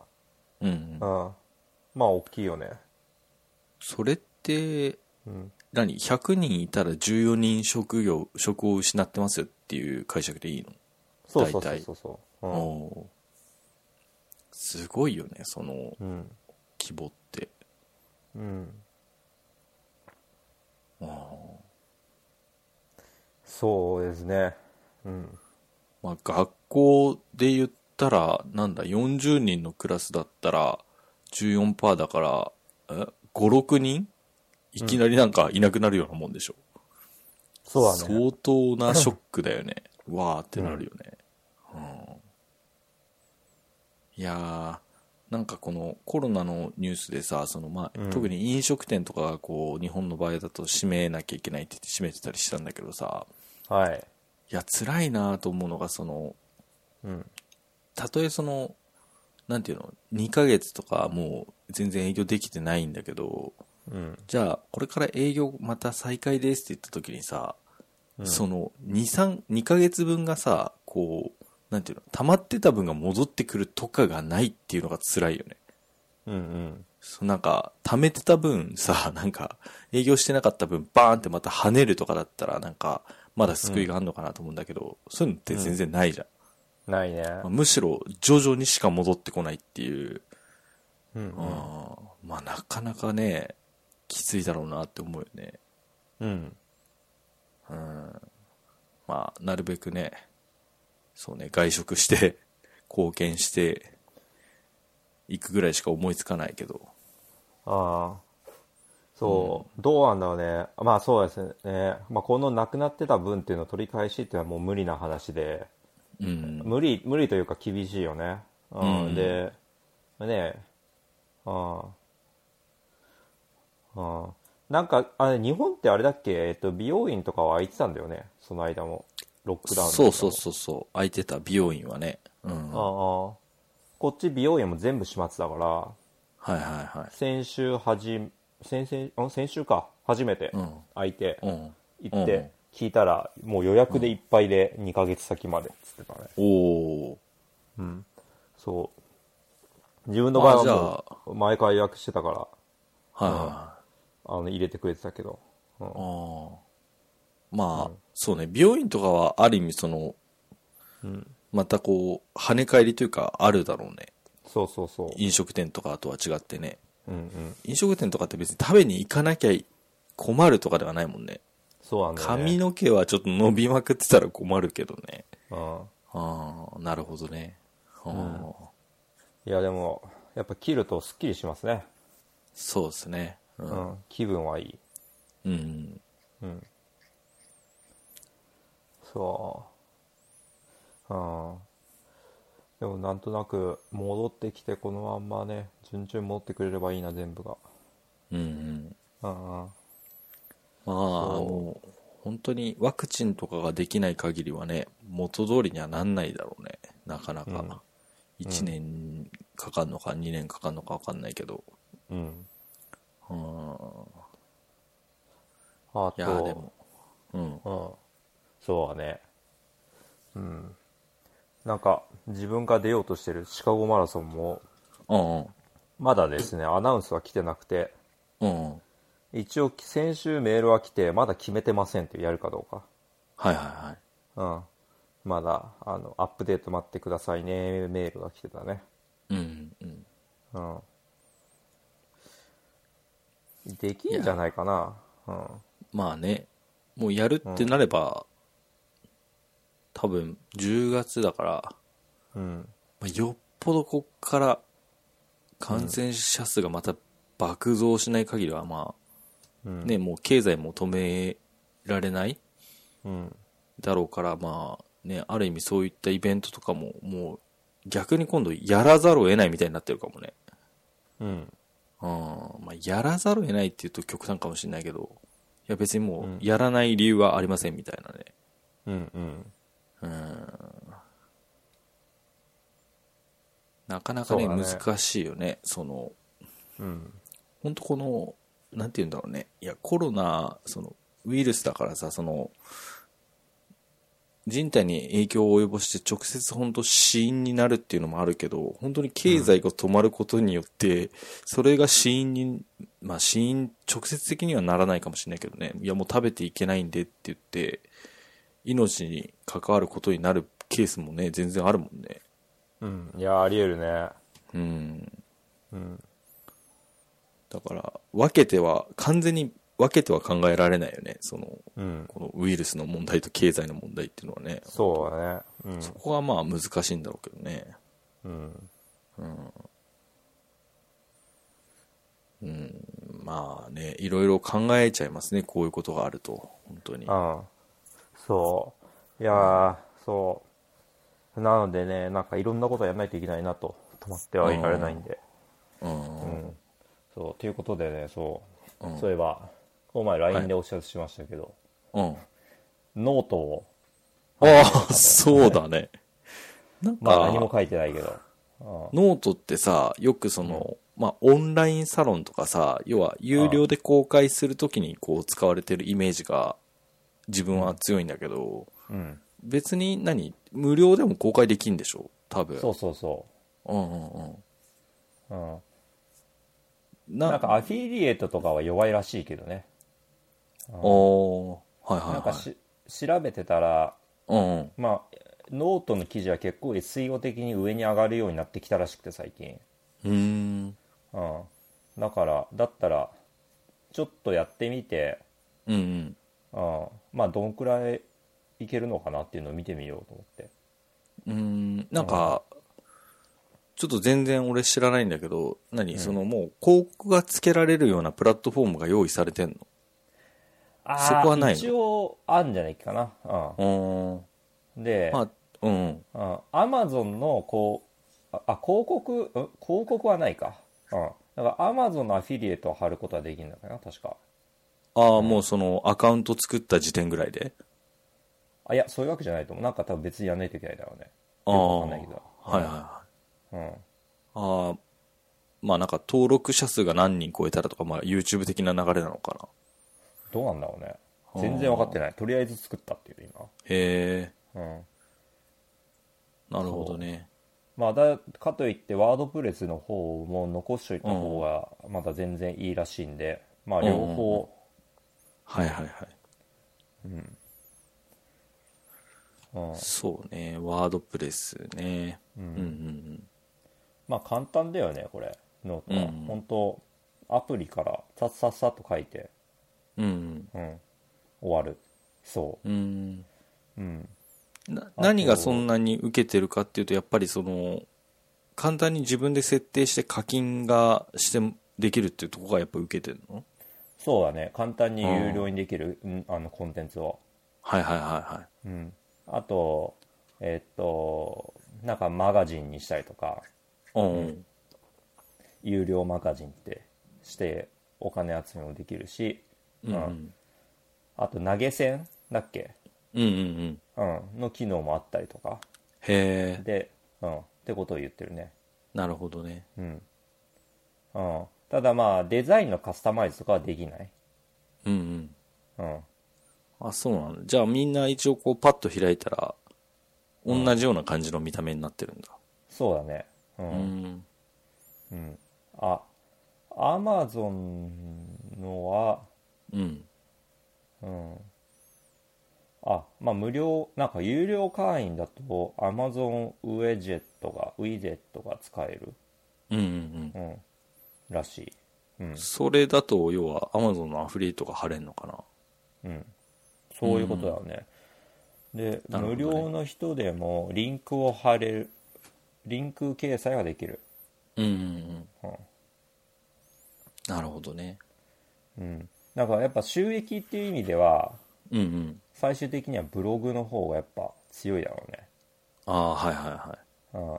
[SPEAKER 1] うん
[SPEAKER 2] うん、まあ大きいよね
[SPEAKER 1] それって
[SPEAKER 2] うん
[SPEAKER 1] 何100人いたら14人職業職を失ってますよっていう解釈でいいの
[SPEAKER 2] そうそ
[SPEAKER 1] 大
[SPEAKER 2] うそう
[SPEAKER 1] 体
[SPEAKER 2] そうそう、
[SPEAKER 1] お
[SPEAKER 2] うん
[SPEAKER 1] おーすごいよねその
[SPEAKER 2] うん
[SPEAKER 1] 規模って
[SPEAKER 2] うん、
[SPEAKER 1] あー
[SPEAKER 2] そうですね、うん、
[SPEAKER 1] まあ学校で言ったらなんだ40人のクラスだったら14%だから56人いきなりなんかいなくなるようなもんでしょ、
[SPEAKER 2] そうだね
[SPEAKER 1] 相当なショックだよね *laughs* わーってなるよね、うんいやーなんかこのコロナのニュースでさその、まあ
[SPEAKER 2] うん
[SPEAKER 1] 特に飲食店とかがこう日本の場合だと閉めなきゃいけないって言って閉めてたりしたんだけどさ
[SPEAKER 2] はい、
[SPEAKER 1] いや辛いなと思うのがその
[SPEAKER 2] うん、
[SPEAKER 1] たとえそのなんていうの2ヶ月とかもう全然営業できてないんだけど
[SPEAKER 2] うん、
[SPEAKER 1] じゃあこれから営業また再開ですって言った時にさ、その23 2ヶ月分がさこうなんていうの溜まってた分が戻ってくるとかがないっていうのが辛いよね
[SPEAKER 2] うん、うん、
[SPEAKER 1] そうなんか、貯めてた分さ、 *laughs* なんか、営業してなかった分、バーンってまた跳ねるとかだったら、なんか、まだ救いがあるのかなと思うんだけど、そういうのって全然ないじゃん。
[SPEAKER 2] ないね。
[SPEAKER 1] まあむしろ、徐々にしか戻ってこないっていう、
[SPEAKER 2] うんうん
[SPEAKER 1] あーまあ、なかなかね、きついだろうなって思うよね。
[SPEAKER 2] うん。
[SPEAKER 1] まあ、なるべくね、そうね、外食して、 *laughs* 貢献して、いくぐらいしか思いつかないけど。
[SPEAKER 2] ああ。そう、どうなんだろうね。まあそうですね。まあこの亡くなってた分っていうのを取り返しっていうのはもう無理な話で、
[SPEAKER 1] うん。
[SPEAKER 2] 無理、無理というか厳しいよね。うん。
[SPEAKER 1] うん
[SPEAKER 2] で、ねえ、ああ。ああ。なんか、あれ、日本ってあれだっけ、えっと、美容院とかは空いてたんだよね。その間も。ロックダウンの間
[SPEAKER 1] そ
[SPEAKER 2] も
[SPEAKER 1] うそうそうそう。空いてた美容院はね。うん。
[SPEAKER 2] ああ
[SPEAKER 1] はい
[SPEAKER 2] ああ。こっち美容院も全部始末だから、
[SPEAKER 1] はいは
[SPEAKER 2] 先週はじ、先々、ん先週か、初めて
[SPEAKER 1] うん
[SPEAKER 2] 空いて、
[SPEAKER 1] い。うん。
[SPEAKER 2] 行っ
[SPEAKER 1] うん
[SPEAKER 2] て、聞いたら、もう予約でいっぱいで、2ヶ月先まで、つってたね。
[SPEAKER 1] おお。
[SPEAKER 2] そう。自分の場合
[SPEAKER 1] あ
[SPEAKER 2] はもう、毎回予約してたから、
[SPEAKER 1] はいはいはい。
[SPEAKER 2] あの、入れてくれてたけど。うん
[SPEAKER 1] あーまあ、そうね、美容院とかはある意味その、またこう、跳ね返りというかあるだろうね。
[SPEAKER 2] そうそうそう。
[SPEAKER 1] 飲食店とかとは違ってね。
[SPEAKER 2] うんうん。
[SPEAKER 1] 飲食店とかって別に食べに行かなきゃ困るとかではないもんね。
[SPEAKER 2] そうなんだよね。
[SPEAKER 1] 髪の毛はちょっと伸びまくってたら困るけどね。
[SPEAKER 2] うん。
[SPEAKER 1] ああ、なるほどね。あー
[SPEAKER 2] いや、でも、やっぱ切るとスッキリしますね。
[SPEAKER 1] そうですね。うん
[SPEAKER 2] うん。気分はいい。
[SPEAKER 1] うん。
[SPEAKER 2] そう。うん。でもなんとなく戻ってきてこのまんまね、順々に戻ってくれればいいな、全部が。
[SPEAKER 1] うんうん。
[SPEAKER 2] うんうん。
[SPEAKER 1] まあ、もう、本当にワクチンとかができない限りはね、元通りにはなんないだろうね。なかなか。1年かかるのか2年かかるのかわかんないけど。
[SPEAKER 2] うん。
[SPEAKER 1] うん。
[SPEAKER 2] あ
[SPEAKER 1] いやー
[SPEAKER 2] と、
[SPEAKER 1] でも。うん。
[SPEAKER 2] うん。そうだね。うん。なんか、自分が出ようとしてるシカゴマラソンも、
[SPEAKER 1] うんうん。
[SPEAKER 2] まだですね、アナウンスは来てなくて、
[SPEAKER 1] うんうん。
[SPEAKER 2] 一応先週メールは来て、まだ決めてませんっていうやるかどうか。
[SPEAKER 1] はいはいはい。
[SPEAKER 2] うん。まだ、あの、アップデート待ってくださいね、メールが来てたね。
[SPEAKER 1] うんうん。
[SPEAKER 2] うん。できんじゃないかな。うん。
[SPEAKER 1] まあね、もうやるってなれば、多分10月だから、
[SPEAKER 2] うん。
[SPEAKER 1] まあ、よっぽどこっから感染者数がまた爆増しない限りは、まあ、
[SPEAKER 2] うん
[SPEAKER 1] ね、もう経済も止められない
[SPEAKER 2] うん。
[SPEAKER 1] だろうから、まあね、ある意味そういったイベントとかも、もう逆に今度やらざるを得ないみたいになってるかもね。
[SPEAKER 2] うん。
[SPEAKER 1] うん、まあ、やらざるを得ないっていうと極端かもしれないけど、いや別にもうやらない理由はありませんみたいなね。
[SPEAKER 2] うん。うん。
[SPEAKER 1] なかなかね
[SPEAKER 2] そうだね
[SPEAKER 1] 難しいよねその
[SPEAKER 2] うん。
[SPEAKER 1] 本当このなんて言うんだろうねいやコロナそのウイルスだからさその人体に影響を及ぼして直接本当死因になるっていうのもあるけど本当に経済が止まることによって、それが死因にまあ死因直接的にはならないかもしれないけどねいやもう食べていけないんでって言って命に関わることになるケースもね全然あるもんね
[SPEAKER 2] うん。いや、ありえるね。
[SPEAKER 1] うん
[SPEAKER 2] うん。
[SPEAKER 1] だから分けては完全に分けては考えられないよねその
[SPEAKER 2] うん。
[SPEAKER 1] このウイルスの問題と経済の問題っていうのはねそ
[SPEAKER 2] そうだね。うん。
[SPEAKER 1] こはまあ難しいんだろうけどね
[SPEAKER 2] うん。
[SPEAKER 1] まあねいろいろ考えちゃいますねこういうことがあると本当に
[SPEAKER 2] うん。そう。いやー、そう。なのでね、なんかいろんなことやらないといけないなと、止まってはいられないんで。
[SPEAKER 1] うん
[SPEAKER 2] うん。そう。ということでね、そう。
[SPEAKER 1] うん
[SPEAKER 2] そういえば、お前 LINE でお知らせしましたけど、
[SPEAKER 1] うん
[SPEAKER 2] ノートを、
[SPEAKER 1] ああそうだねなん
[SPEAKER 2] ま
[SPEAKER 1] か
[SPEAKER 2] あ何も書いてないけど。うん
[SPEAKER 1] ノートってさよくその、まあ、オンラインサロンとかさ要は有料で公開するときにこう使われてるイメージが自分は強いんだけど、
[SPEAKER 2] うん。
[SPEAKER 1] 別に何無料でも公開できんでしょ多分
[SPEAKER 2] そうそうそ
[SPEAKER 1] うんうんうん
[SPEAKER 2] う。うん。
[SPEAKER 1] な
[SPEAKER 2] なんかアフィリエイトとかは弱いらしいけどね
[SPEAKER 1] おーはいはいはい
[SPEAKER 2] なんかし調べてたら
[SPEAKER 1] うんうん
[SPEAKER 2] まあノートの記事は結構 SEO 的に上に上がるようになってきたらしくて最近
[SPEAKER 1] うーん
[SPEAKER 2] うんだからだったらちょっとやってみて、
[SPEAKER 1] うんうん
[SPEAKER 2] うん、まあどんくらいいけるのかなっていうのを見てみようと思って
[SPEAKER 1] うーんなんか、ちょっと全然俺知らないんだけど、何、そのもう広告がつけられるようなプラットフォームが用意されてんの
[SPEAKER 2] あ
[SPEAKER 1] そこはないの
[SPEAKER 2] 一応あるんじゃないかな、う
[SPEAKER 1] うん
[SPEAKER 2] ん、で、
[SPEAKER 1] まあ、うん。
[SPEAKER 2] アマゾンのこうああ広告ん広告はないか、うん、だからアマゾンのアフィリエイトを貼ることはできるんだかな確か
[SPEAKER 1] ああ、もうそのアカウント作った時点ぐらいで。
[SPEAKER 2] あいやそういうわけじゃないと思うなんか多分別にやんないといけないだろうね
[SPEAKER 1] あ
[SPEAKER 2] よく
[SPEAKER 1] あ、
[SPEAKER 2] わかん
[SPEAKER 1] は
[SPEAKER 2] ない
[SPEAKER 1] い
[SPEAKER 2] けど
[SPEAKER 1] はいはい。
[SPEAKER 2] う
[SPEAKER 1] あ
[SPEAKER 2] ん
[SPEAKER 1] あ、まあなんか登録者数が何人超えたらとか、まあ YouTube 的な流れなのかな。
[SPEAKER 2] どうなんだろうね全然分かってないとりあえず作ったっていう
[SPEAKER 1] へえ、
[SPEAKER 2] 今うん
[SPEAKER 1] なるほどね。
[SPEAKER 2] まあ、だかといってワードプレスの方も残しといた方がまだ全然いいらしいんで、まあ両方、
[SPEAKER 1] はいはいはい。
[SPEAKER 2] うん
[SPEAKER 1] そうね、ワードプレスね。うんうん
[SPEAKER 2] まあ簡単だよねこれノートは、
[SPEAKER 1] うん
[SPEAKER 2] 本当アプリからさっさっさっと書いて、
[SPEAKER 1] うん。うん
[SPEAKER 2] うん、終わるそ
[SPEAKER 1] うん。うん
[SPEAKER 2] う、うん、
[SPEAKER 1] な何がそんなに受けてるかっていうとやっぱりその簡単に自分で設定して課金がしてできるっていうところがやっぱ受けてるの
[SPEAKER 2] そうだね簡単に有料にできる、うんあのコンテンツを、
[SPEAKER 1] はいはいはいはい
[SPEAKER 2] うん、あとえっとなんかマガジンにしたりとか
[SPEAKER 1] うん
[SPEAKER 2] 有料マガジンってしてお金集めもできるし、
[SPEAKER 1] うんうん
[SPEAKER 2] あと投げ銭だっけ、
[SPEAKER 1] うんうん
[SPEAKER 2] うん、の機能もあったりとか
[SPEAKER 1] へえ
[SPEAKER 2] で、うん、ってことを言ってるね
[SPEAKER 1] なるほどね
[SPEAKER 2] うん、うん、ただまあデザインのカスタマイズとかはできない、
[SPEAKER 1] うんうん
[SPEAKER 2] うん、
[SPEAKER 1] あそうなのじゃあみんな一応こうパッと開いたら同じような感じの見た目になってるんだ
[SPEAKER 2] そうだねう、
[SPEAKER 1] うんん
[SPEAKER 2] うん、あアマゾンのは
[SPEAKER 1] うん
[SPEAKER 2] うんあまあ無料なんか有料会員だとアマゾンウェジェットがウィジェットが使える、
[SPEAKER 1] うんうんうん
[SPEAKER 2] うん、らしいうん、
[SPEAKER 1] それだと要は Amazon のアフリエイトが貼れんのかな
[SPEAKER 2] うん、そういうことだよね、で
[SPEAKER 1] なるほどね
[SPEAKER 2] 無料の人でもリンクを貼れるリンク掲載ができる
[SPEAKER 1] うんうんう
[SPEAKER 2] うん
[SPEAKER 1] んなるほどね
[SPEAKER 2] うん、なんかやっぱ収益っていう意味では
[SPEAKER 1] うんうん。
[SPEAKER 2] 最終的にはブログの方がやっぱ強いだろうね
[SPEAKER 1] ああ、はいはいはい。
[SPEAKER 2] うん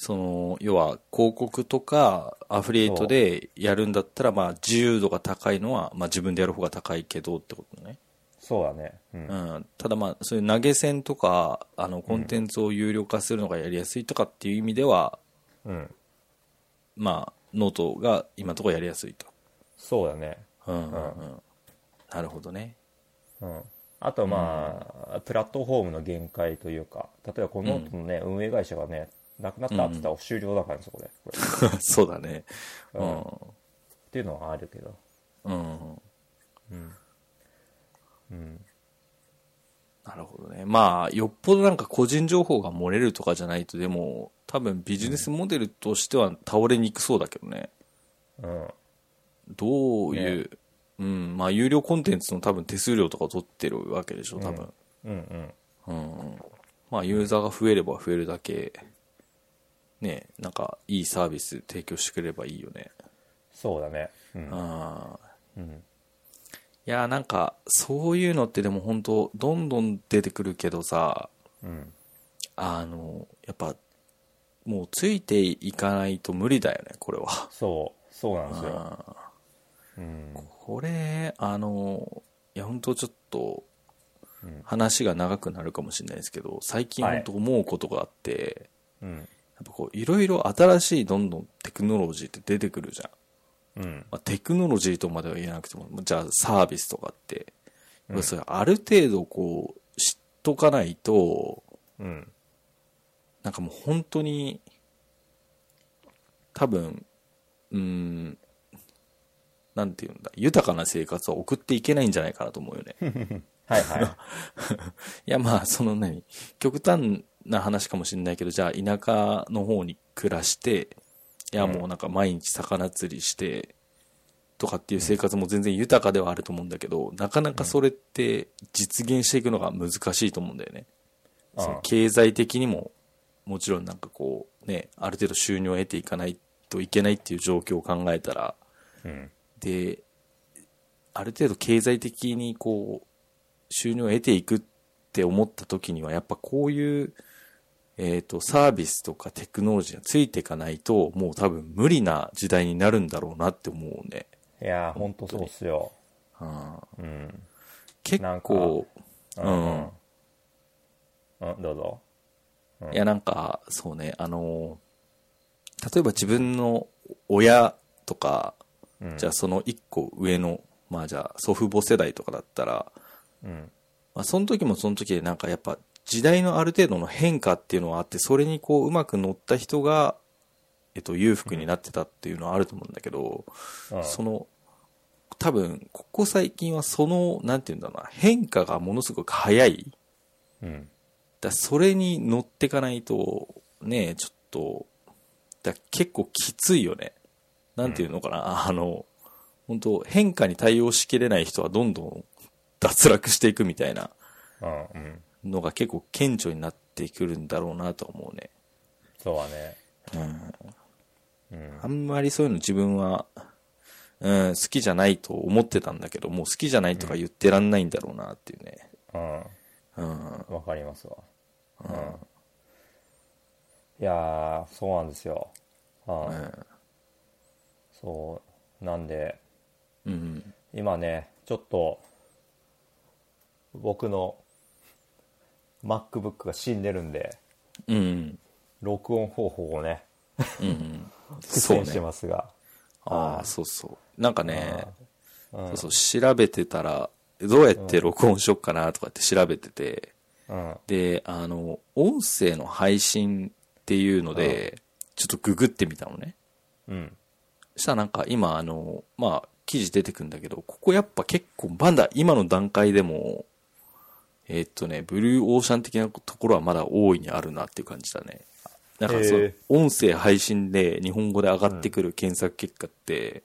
[SPEAKER 1] その、要は広告とかアフリエイトでやるんだったら、まあ自由度が高いのは、まあ自分でやる方が高いけどってことね。
[SPEAKER 2] そうだねうん、
[SPEAKER 1] うん。ただまあ、そういう投げ銭とか、あの、コンテンツを有料化するのがやりやすいとかっていう意味では、
[SPEAKER 2] うん
[SPEAKER 1] まあ、ノートが今のところやりやすいと。
[SPEAKER 2] そうだね
[SPEAKER 1] うんうんうん。なるほどね。
[SPEAKER 2] うんあとまあ、プラットフォームの限界というか例えばこのノートのね、運営会社がねなくなったって言ったら終了だからねそこでこれっ
[SPEAKER 1] *laughs* そうだね。うん。
[SPEAKER 2] ていうのはあるけど
[SPEAKER 1] うん。
[SPEAKER 2] うんうん
[SPEAKER 1] なるほどね。まあ、よっぽどなんか個人情報が漏れるとかじゃないと、でも、多分ビジネスモデルとしては倒れにくそうだけどね。
[SPEAKER 2] うん
[SPEAKER 1] どういう、うん、まあ、有料コンテンツの多分手数料とかを取ってるわけでしょ、多分。
[SPEAKER 2] うんうん
[SPEAKER 1] うん。まあ、ユーザーが増えれば増えるだけ、ね、なんか、いいサービス提供してくれればいいよね。
[SPEAKER 2] そうだねうん
[SPEAKER 1] ああ。
[SPEAKER 2] うん
[SPEAKER 1] いや、なんか、そういうのってでも本当どんどん出てくるけどさ、
[SPEAKER 2] うん
[SPEAKER 1] あの、やっぱ、もうついていかないと無理だよね、これは。
[SPEAKER 2] そうそうなんですよ
[SPEAKER 1] あー
[SPEAKER 2] うん
[SPEAKER 1] これ、あの、いや、本当ちょっと
[SPEAKER 2] うん、
[SPEAKER 1] 話が長くなるかもしれないですけど、最近
[SPEAKER 2] はい
[SPEAKER 1] 本当思うことがあって、
[SPEAKER 2] うん
[SPEAKER 1] やっぱこう、いろいろ新しいどんどんテクノロジーって出てくるじゃん。
[SPEAKER 2] うん
[SPEAKER 1] まあ、テクノロジーとまでは言えなくても、じゃあサービスとかって、やっぱそれある程度こう、知っとかないと、
[SPEAKER 2] うん
[SPEAKER 1] なんかもう本当に、多分、うーん、なんていうんだ、豊かな生活を送っていけないんじゃないかなと思うよね。
[SPEAKER 2] はいはい。
[SPEAKER 1] いやまあその何極端な話かもしれないけどじゃあ田舎の方に暮らしていやもうなんか毎日魚釣りしてとかっていう生活も全然豊かではあると思うんだけどなかなかそれって実現していくのが難しいと思うんだよね。
[SPEAKER 2] うん
[SPEAKER 1] その経済的にももちろんなんかこうねある程度収入を得ていかないといけないっていう状況を考えたら
[SPEAKER 2] うん。
[SPEAKER 1] である程度経済的にこう収入を得ていくって思った時にはやっぱこういう、えー、とサービスとかテクノロジーがついていかないともう多分無理な時代になるんだろうなって思うね、
[SPEAKER 2] いやー、ほんとそうっすよ。
[SPEAKER 1] うん、
[SPEAKER 2] うん。
[SPEAKER 1] 結
[SPEAKER 2] なんか
[SPEAKER 1] 構うん
[SPEAKER 2] うん、どうぞ。
[SPEAKER 1] いやなんかそうねあの例えば自分の親とか
[SPEAKER 2] うん
[SPEAKER 1] じゃあその一個上のまあじゃあ祖父母世代とかだったら
[SPEAKER 2] うん。
[SPEAKER 1] まあ、その時もその時でなんかやっぱ時代のある程度の変化っていうのはあってそれにこううまく乗った人が、えっと、裕福になってたっていうのはあると思うんだけど、
[SPEAKER 2] うん
[SPEAKER 1] その多分ここ最近はそのなんていうんだろうな変化がものすごく早い
[SPEAKER 2] うん。
[SPEAKER 1] だそれに乗ってかないとねちょっとだ結構きついよねなんていうのかな、あの本当変化に対応しきれない人はどんどん脱落していくみたいな
[SPEAKER 2] うん。うん。
[SPEAKER 1] のが結構顕著になってくるんだろうなとは思うね。
[SPEAKER 2] そうはね。
[SPEAKER 1] あんまりそういうの自分は、うん、好きじゃないと思ってたんだけど、もう好きじゃないとか言ってらんないんだろうなっていうね。
[SPEAKER 2] うん。
[SPEAKER 1] うん。
[SPEAKER 2] わかりますわ。うん。いやー、そうなんですよ。うん。そう。なんで、
[SPEAKER 1] うん。
[SPEAKER 2] 今ね、ちょっと、僕の MacBook が死んでるんで、
[SPEAKER 1] うん。
[SPEAKER 2] 録音方法をね、苦
[SPEAKER 1] そう
[SPEAKER 2] 戦して
[SPEAKER 1] ね。
[SPEAKER 2] ますが。
[SPEAKER 1] ああ、そうそう。なんかね、
[SPEAKER 2] うん
[SPEAKER 1] そうそう、調べてたら、どうやって録音しよっかなとかって調べてて、
[SPEAKER 2] うん。
[SPEAKER 1] で、あの、音声の配信っていうので、ちょっとググってみたのね。
[SPEAKER 2] うん。
[SPEAKER 1] したらなんか今あの、まあ、記事出てくんだけど、ここやっぱ結構まだ今の段階でも、えーっとね、ブルーオーシャン的なところはまだ大いにあるなっていう感じだね。なんかその
[SPEAKER 2] へえ
[SPEAKER 1] 音声配信で日本語で上がってくる検索結果って、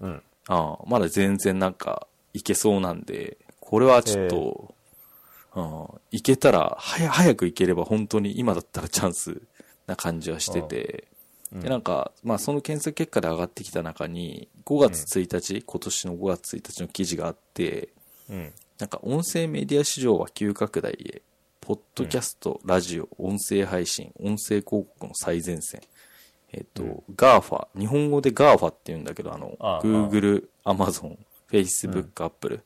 [SPEAKER 2] うん。
[SPEAKER 1] ああまだ全然なんかいけそうなんで、これはちょっと、ああいけたら、はや早くいければ本当に今だったらチャンスな感じはしてて、でなんか、まあ、その検索結果で上がってきた中に、5月1日、今年の5月1日の記事があって、
[SPEAKER 2] うん。
[SPEAKER 1] なんか音声メディア市場は急拡大へ、ポッドキャスト、ラジオ、音声配信、音声広告の最前線。えっと、GAFA、日本語で GAFA って言うんだけど、あの、
[SPEAKER 2] ああ
[SPEAKER 1] Google、Amazon、Facebook、Apple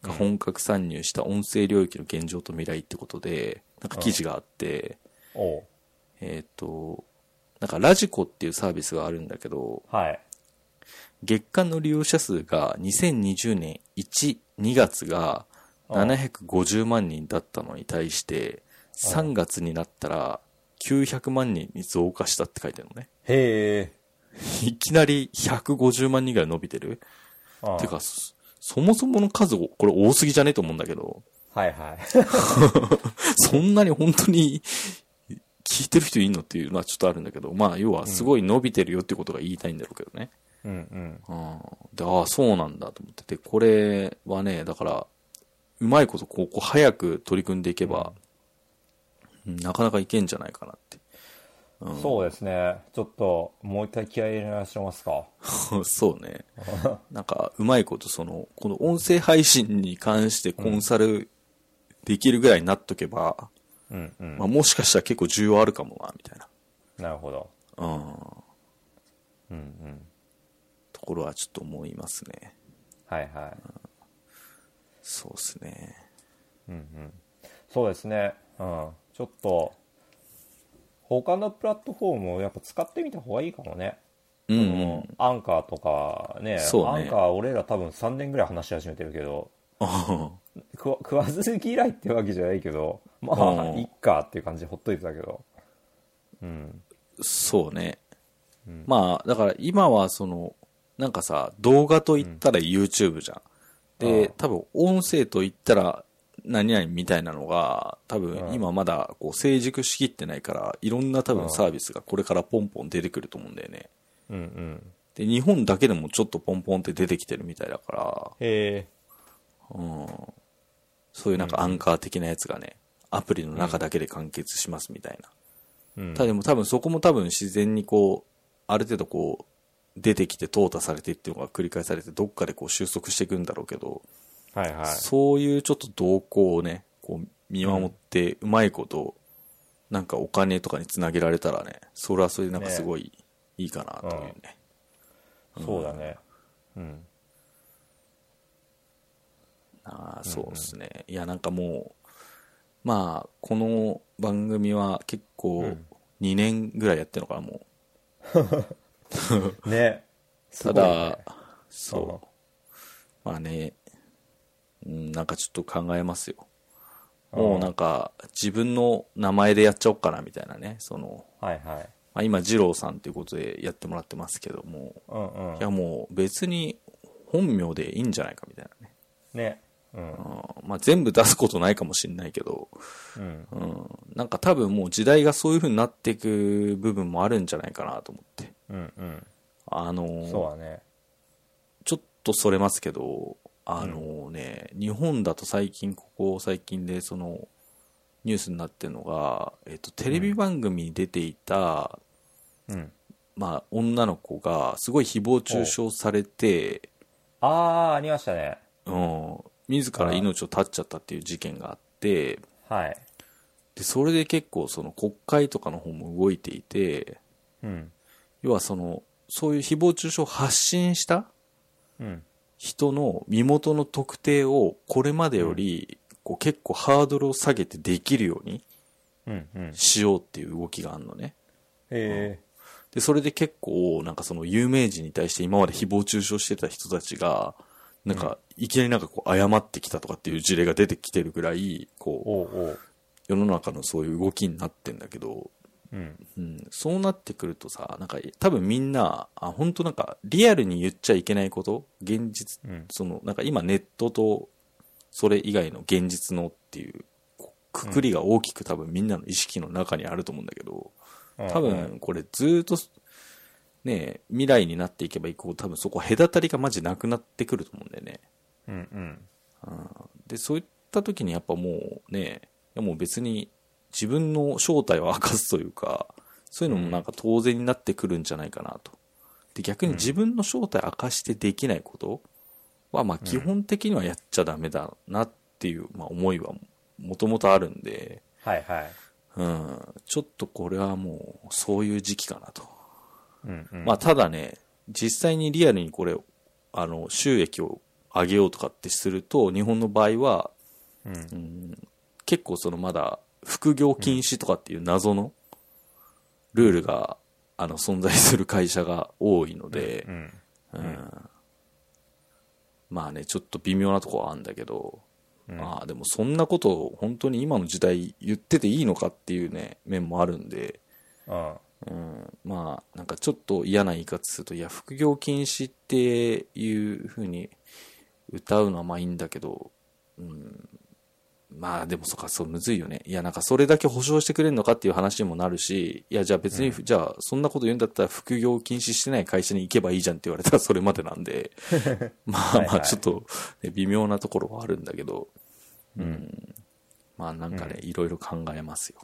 [SPEAKER 1] が本格参入した音声領域の現状と未来ってことで、なんか記事があって、
[SPEAKER 2] おう
[SPEAKER 1] えっと、なんかラジコっていうサービスがあるんだけど、
[SPEAKER 2] はい。
[SPEAKER 1] 月間の利用者数が2020年1、2月が750万人だったのに対して、3月になったら900万人に増加したって書いてるのね。
[SPEAKER 2] へえ。
[SPEAKER 1] いきなり150万人ぐらい伸びてる。
[SPEAKER 2] うん
[SPEAKER 1] てか、そそもそもの数、これ多すぎじゃねえと思うんだけど、
[SPEAKER 2] はいはい。 *laughs*
[SPEAKER 1] そんなに本当に聞いてる人いんのっていうのはちょっとあるんだけど、まあ要はすごい伸びてるよってことが言いたいんだろうけどね。
[SPEAKER 2] うん
[SPEAKER 1] うんで、ああ、そうなんだと思ってて、これはね、だから、うまいことこう、こう早く取り組んでいけば、うんなかなかいけんじゃないかな *laughs* って。
[SPEAKER 2] うん。そうですね。ちょっと、もう一回気合い入れ直しますか。
[SPEAKER 1] そうね。なんか、うまいこと、その、この音声配信に関してコンサルできるぐらいになっとけば、
[SPEAKER 2] うんうん。
[SPEAKER 1] まあ、もしかしたら結構需要あるかもな、みたいな、
[SPEAKER 2] なるほど。
[SPEAKER 1] うん、
[SPEAKER 2] うんうん。
[SPEAKER 1] ところはちょっと思いますね。
[SPEAKER 2] はいはい。
[SPEAKER 1] そうですね。
[SPEAKER 2] そうですね。うん。ちょっと、他のプラットフォームをやっぱ使ってみた方がいいかもね。
[SPEAKER 1] うん、
[SPEAKER 2] う
[SPEAKER 1] うん。
[SPEAKER 2] アンカーとかね、
[SPEAKER 1] そう
[SPEAKER 2] ア
[SPEAKER 1] ね
[SPEAKER 2] ンカー俺ら多分3年ぐらい話し始めてるけど、食わ食わず嫌いってわけじゃないけど、まあ、
[SPEAKER 1] うん
[SPEAKER 2] いっかっていう感じでほっといてたけど。うん。
[SPEAKER 1] そうね。まあ、だから今はその、なんかさ、動画と言ったら YouTube じゃん。
[SPEAKER 2] あ
[SPEAKER 1] で
[SPEAKER 2] あ、
[SPEAKER 1] 多分音声と言ったら何々みたいなのが、多分今まだこう成熟しきってないから、いろんな多分サービスがこれからポンポン出てくると思うんだよね。
[SPEAKER 2] うんうん
[SPEAKER 1] で、日本だけでもちょっとポンポンって出てきてるみたいだか
[SPEAKER 2] へえ
[SPEAKER 1] ら、うん。そういうなんかアンカー的なやつがね、アプリの中だけで完結しますみたいな。
[SPEAKER 2] うん
[SPEAKER 1] ただでも多分そこも多分自然にこう、ある程度こう、出てきて淘汰されてっていうのが繰り返されて、どっかでこう収束していくんだろうけど、
[SPEAKER 2] はいはい
[SPEAKER 1] そういうちょっと動向をね、こう見守って、うまいこと、なんかお金とかにつなげられたらね、それはそれでなんかすごいいいかなというね。
[SPEAKER 2] そうだねうん
[SPEAKER 1] ああ、そうですね。いや、なんかもう、まあ、この番組は結構2年ぐらいやってるのかな、もう。
[SPEAKER 2] ね
[SPEAKER 1] た
[SPEAKER 2] すごいね
[SPEAKER 1] だ、
[SPEAKER 2] うん
[SPEAKER 1] そう。まあね、うん、なんかちょっと考えますよ。もうなんか、自分の名前でやっちゃおうかな、みたいなね。その、
[SPEAKER 2] はいはい
[SPEAKER 1] まあ、今、二郎さんということでやってもらってますけども、
[SPEAKER 2] うんうん
[SPEAKER 1] いやもう別に本名でいいんじゃないか、みたいなね。
[SPEAKER 2] ねうん
[SPEAKER 1] うんまあ全部出すことないかもしれないけど、
[SPEAKER 2] うん
[SPEAKER 1] うん、なんか多分もう時代がそういう風になっていく部分もあるんじゃないかなと思って。
[SPEAKER 2] うんうん
[SPEAKER 1] あのー
[SPEAKER 2] そうだね
[SPEAKER 1] ちょっとそれますけど、あのね、日本だと最近、ここ最近で、その、ニュースになってるのが、えっと、テレビ番組に出ていた、
[SPEAKER 2] うん
[SPEAKER 1] まあ、女の子が、すごい誹謗中傷されて、
[SPEAKER 2] ああありましたね
[SPEAKER 1] うん、自ら命を絶っちゃったっていう事件があって、
[SPEAKER 2] はい
[SPEAKER 1] で、それで結構、その、国会とかの方も動いていて、
[SPEAKER 2] うん
[SPEAKER 1] 要はその、そういう誹謗中傷を発信した
[SPEAKER 2] うん
[SPEAKER 1] 人の身元の特定をこれまでより、こう結構ハードルを下げてできるように
[SPEAKER 2] うんうんへ
[SPEAKER 1] しようっていう動きがあるのね。
[SPEAKER 2] え
[SPEAKER 1] で、それで結構、なんかその有名人に対して今まで誹謗中傷してた人たちが、なんか、いきなりなんかこう謝ってきたとかっていう事例が出てきてるぐらい、こう、
[SPEAKER 2] おうおう
[SPEAKER 1] 世の中のそういう動きになってんだけど、
[SPEAKER 2] うん
[SPEAKER 1] うん、そうなってくるとさ、なんか多分みんな、あ、本当なんかリアルに言っちゃいけないこと現実、
[SPEAKER 2] うん
[SPEAKER 1] その、なんか今ネットとそれ以外の現実のっていう、こうくくりが大きく多分みんなの意識の中にあると思うんだけど、
[SPEAKER 2] うん
[SPEAKER 1] 多分これずっと、ね、未来になっていけばいくほど多分そこ隔たりがマジなくなってくると思うんだよね。
[SPEAKER 2] うんうん
[SPEAKER 1] うんで、そういった時にやっぱもうね、いやもう別に自分の正体を明かすというか、そういうのもなんか当然になってくるんじゃないかなと。で、逆に自分の正体を明かしてできないことは、まあ基本的にはやっちゃダメだなっていう、まあ思いはもともとあるんで、
[SPEAKER 2] はいはい
[SPEAKER 1] うん、ちょっとこれはもうそういう時期かなと。
[SPEAKER 2] うんうん
[SPEAKER 1] まあただね、実際にリアルにこれ、あの、収益を上げようとかってすると、日本の場合は、
[SPEAKER 2] うん
[SPEAKER 1] うん結構そのまだ副業禁止とかっていう謎のルールが、あの存在する会社が多いので、
[SPEAKER 2] うん
[SPEAKER 1] うんまあねちょっと微妙なとこはあるんだけど、まあでもそんなことを本当に今の時代言ってていいのかっていうね面もあるんで、
[SPEAKER 2] うん
[SPEAKER 1] うん、まあなんかちょっと嫌な言い方するといや副業禁止っていう風に歌うのはまあいいんだけど、うん、まあでもそっかそうむずいよねいやなんかそれだけ保証してくれるのかっていう話にもなるしいやじゃあ別に、じゃあそんなこと言うんだったら副業禁止してない会社に行けばいいじゃんって言われたらそれまでなん
[SPEAKER 2] *laughs*
[SPEAKER 1] でまあ
[SPEAKER 2] い
[SPEAKER 1] ま
[SPEAKER 2] は
[SPEAKER 1] あ
[SPEAKER 2] い
[SPEAKER 1] ちょっと、ね微妙なところはあるんだけど、うんまあなんかね、いろいろ考えますよ、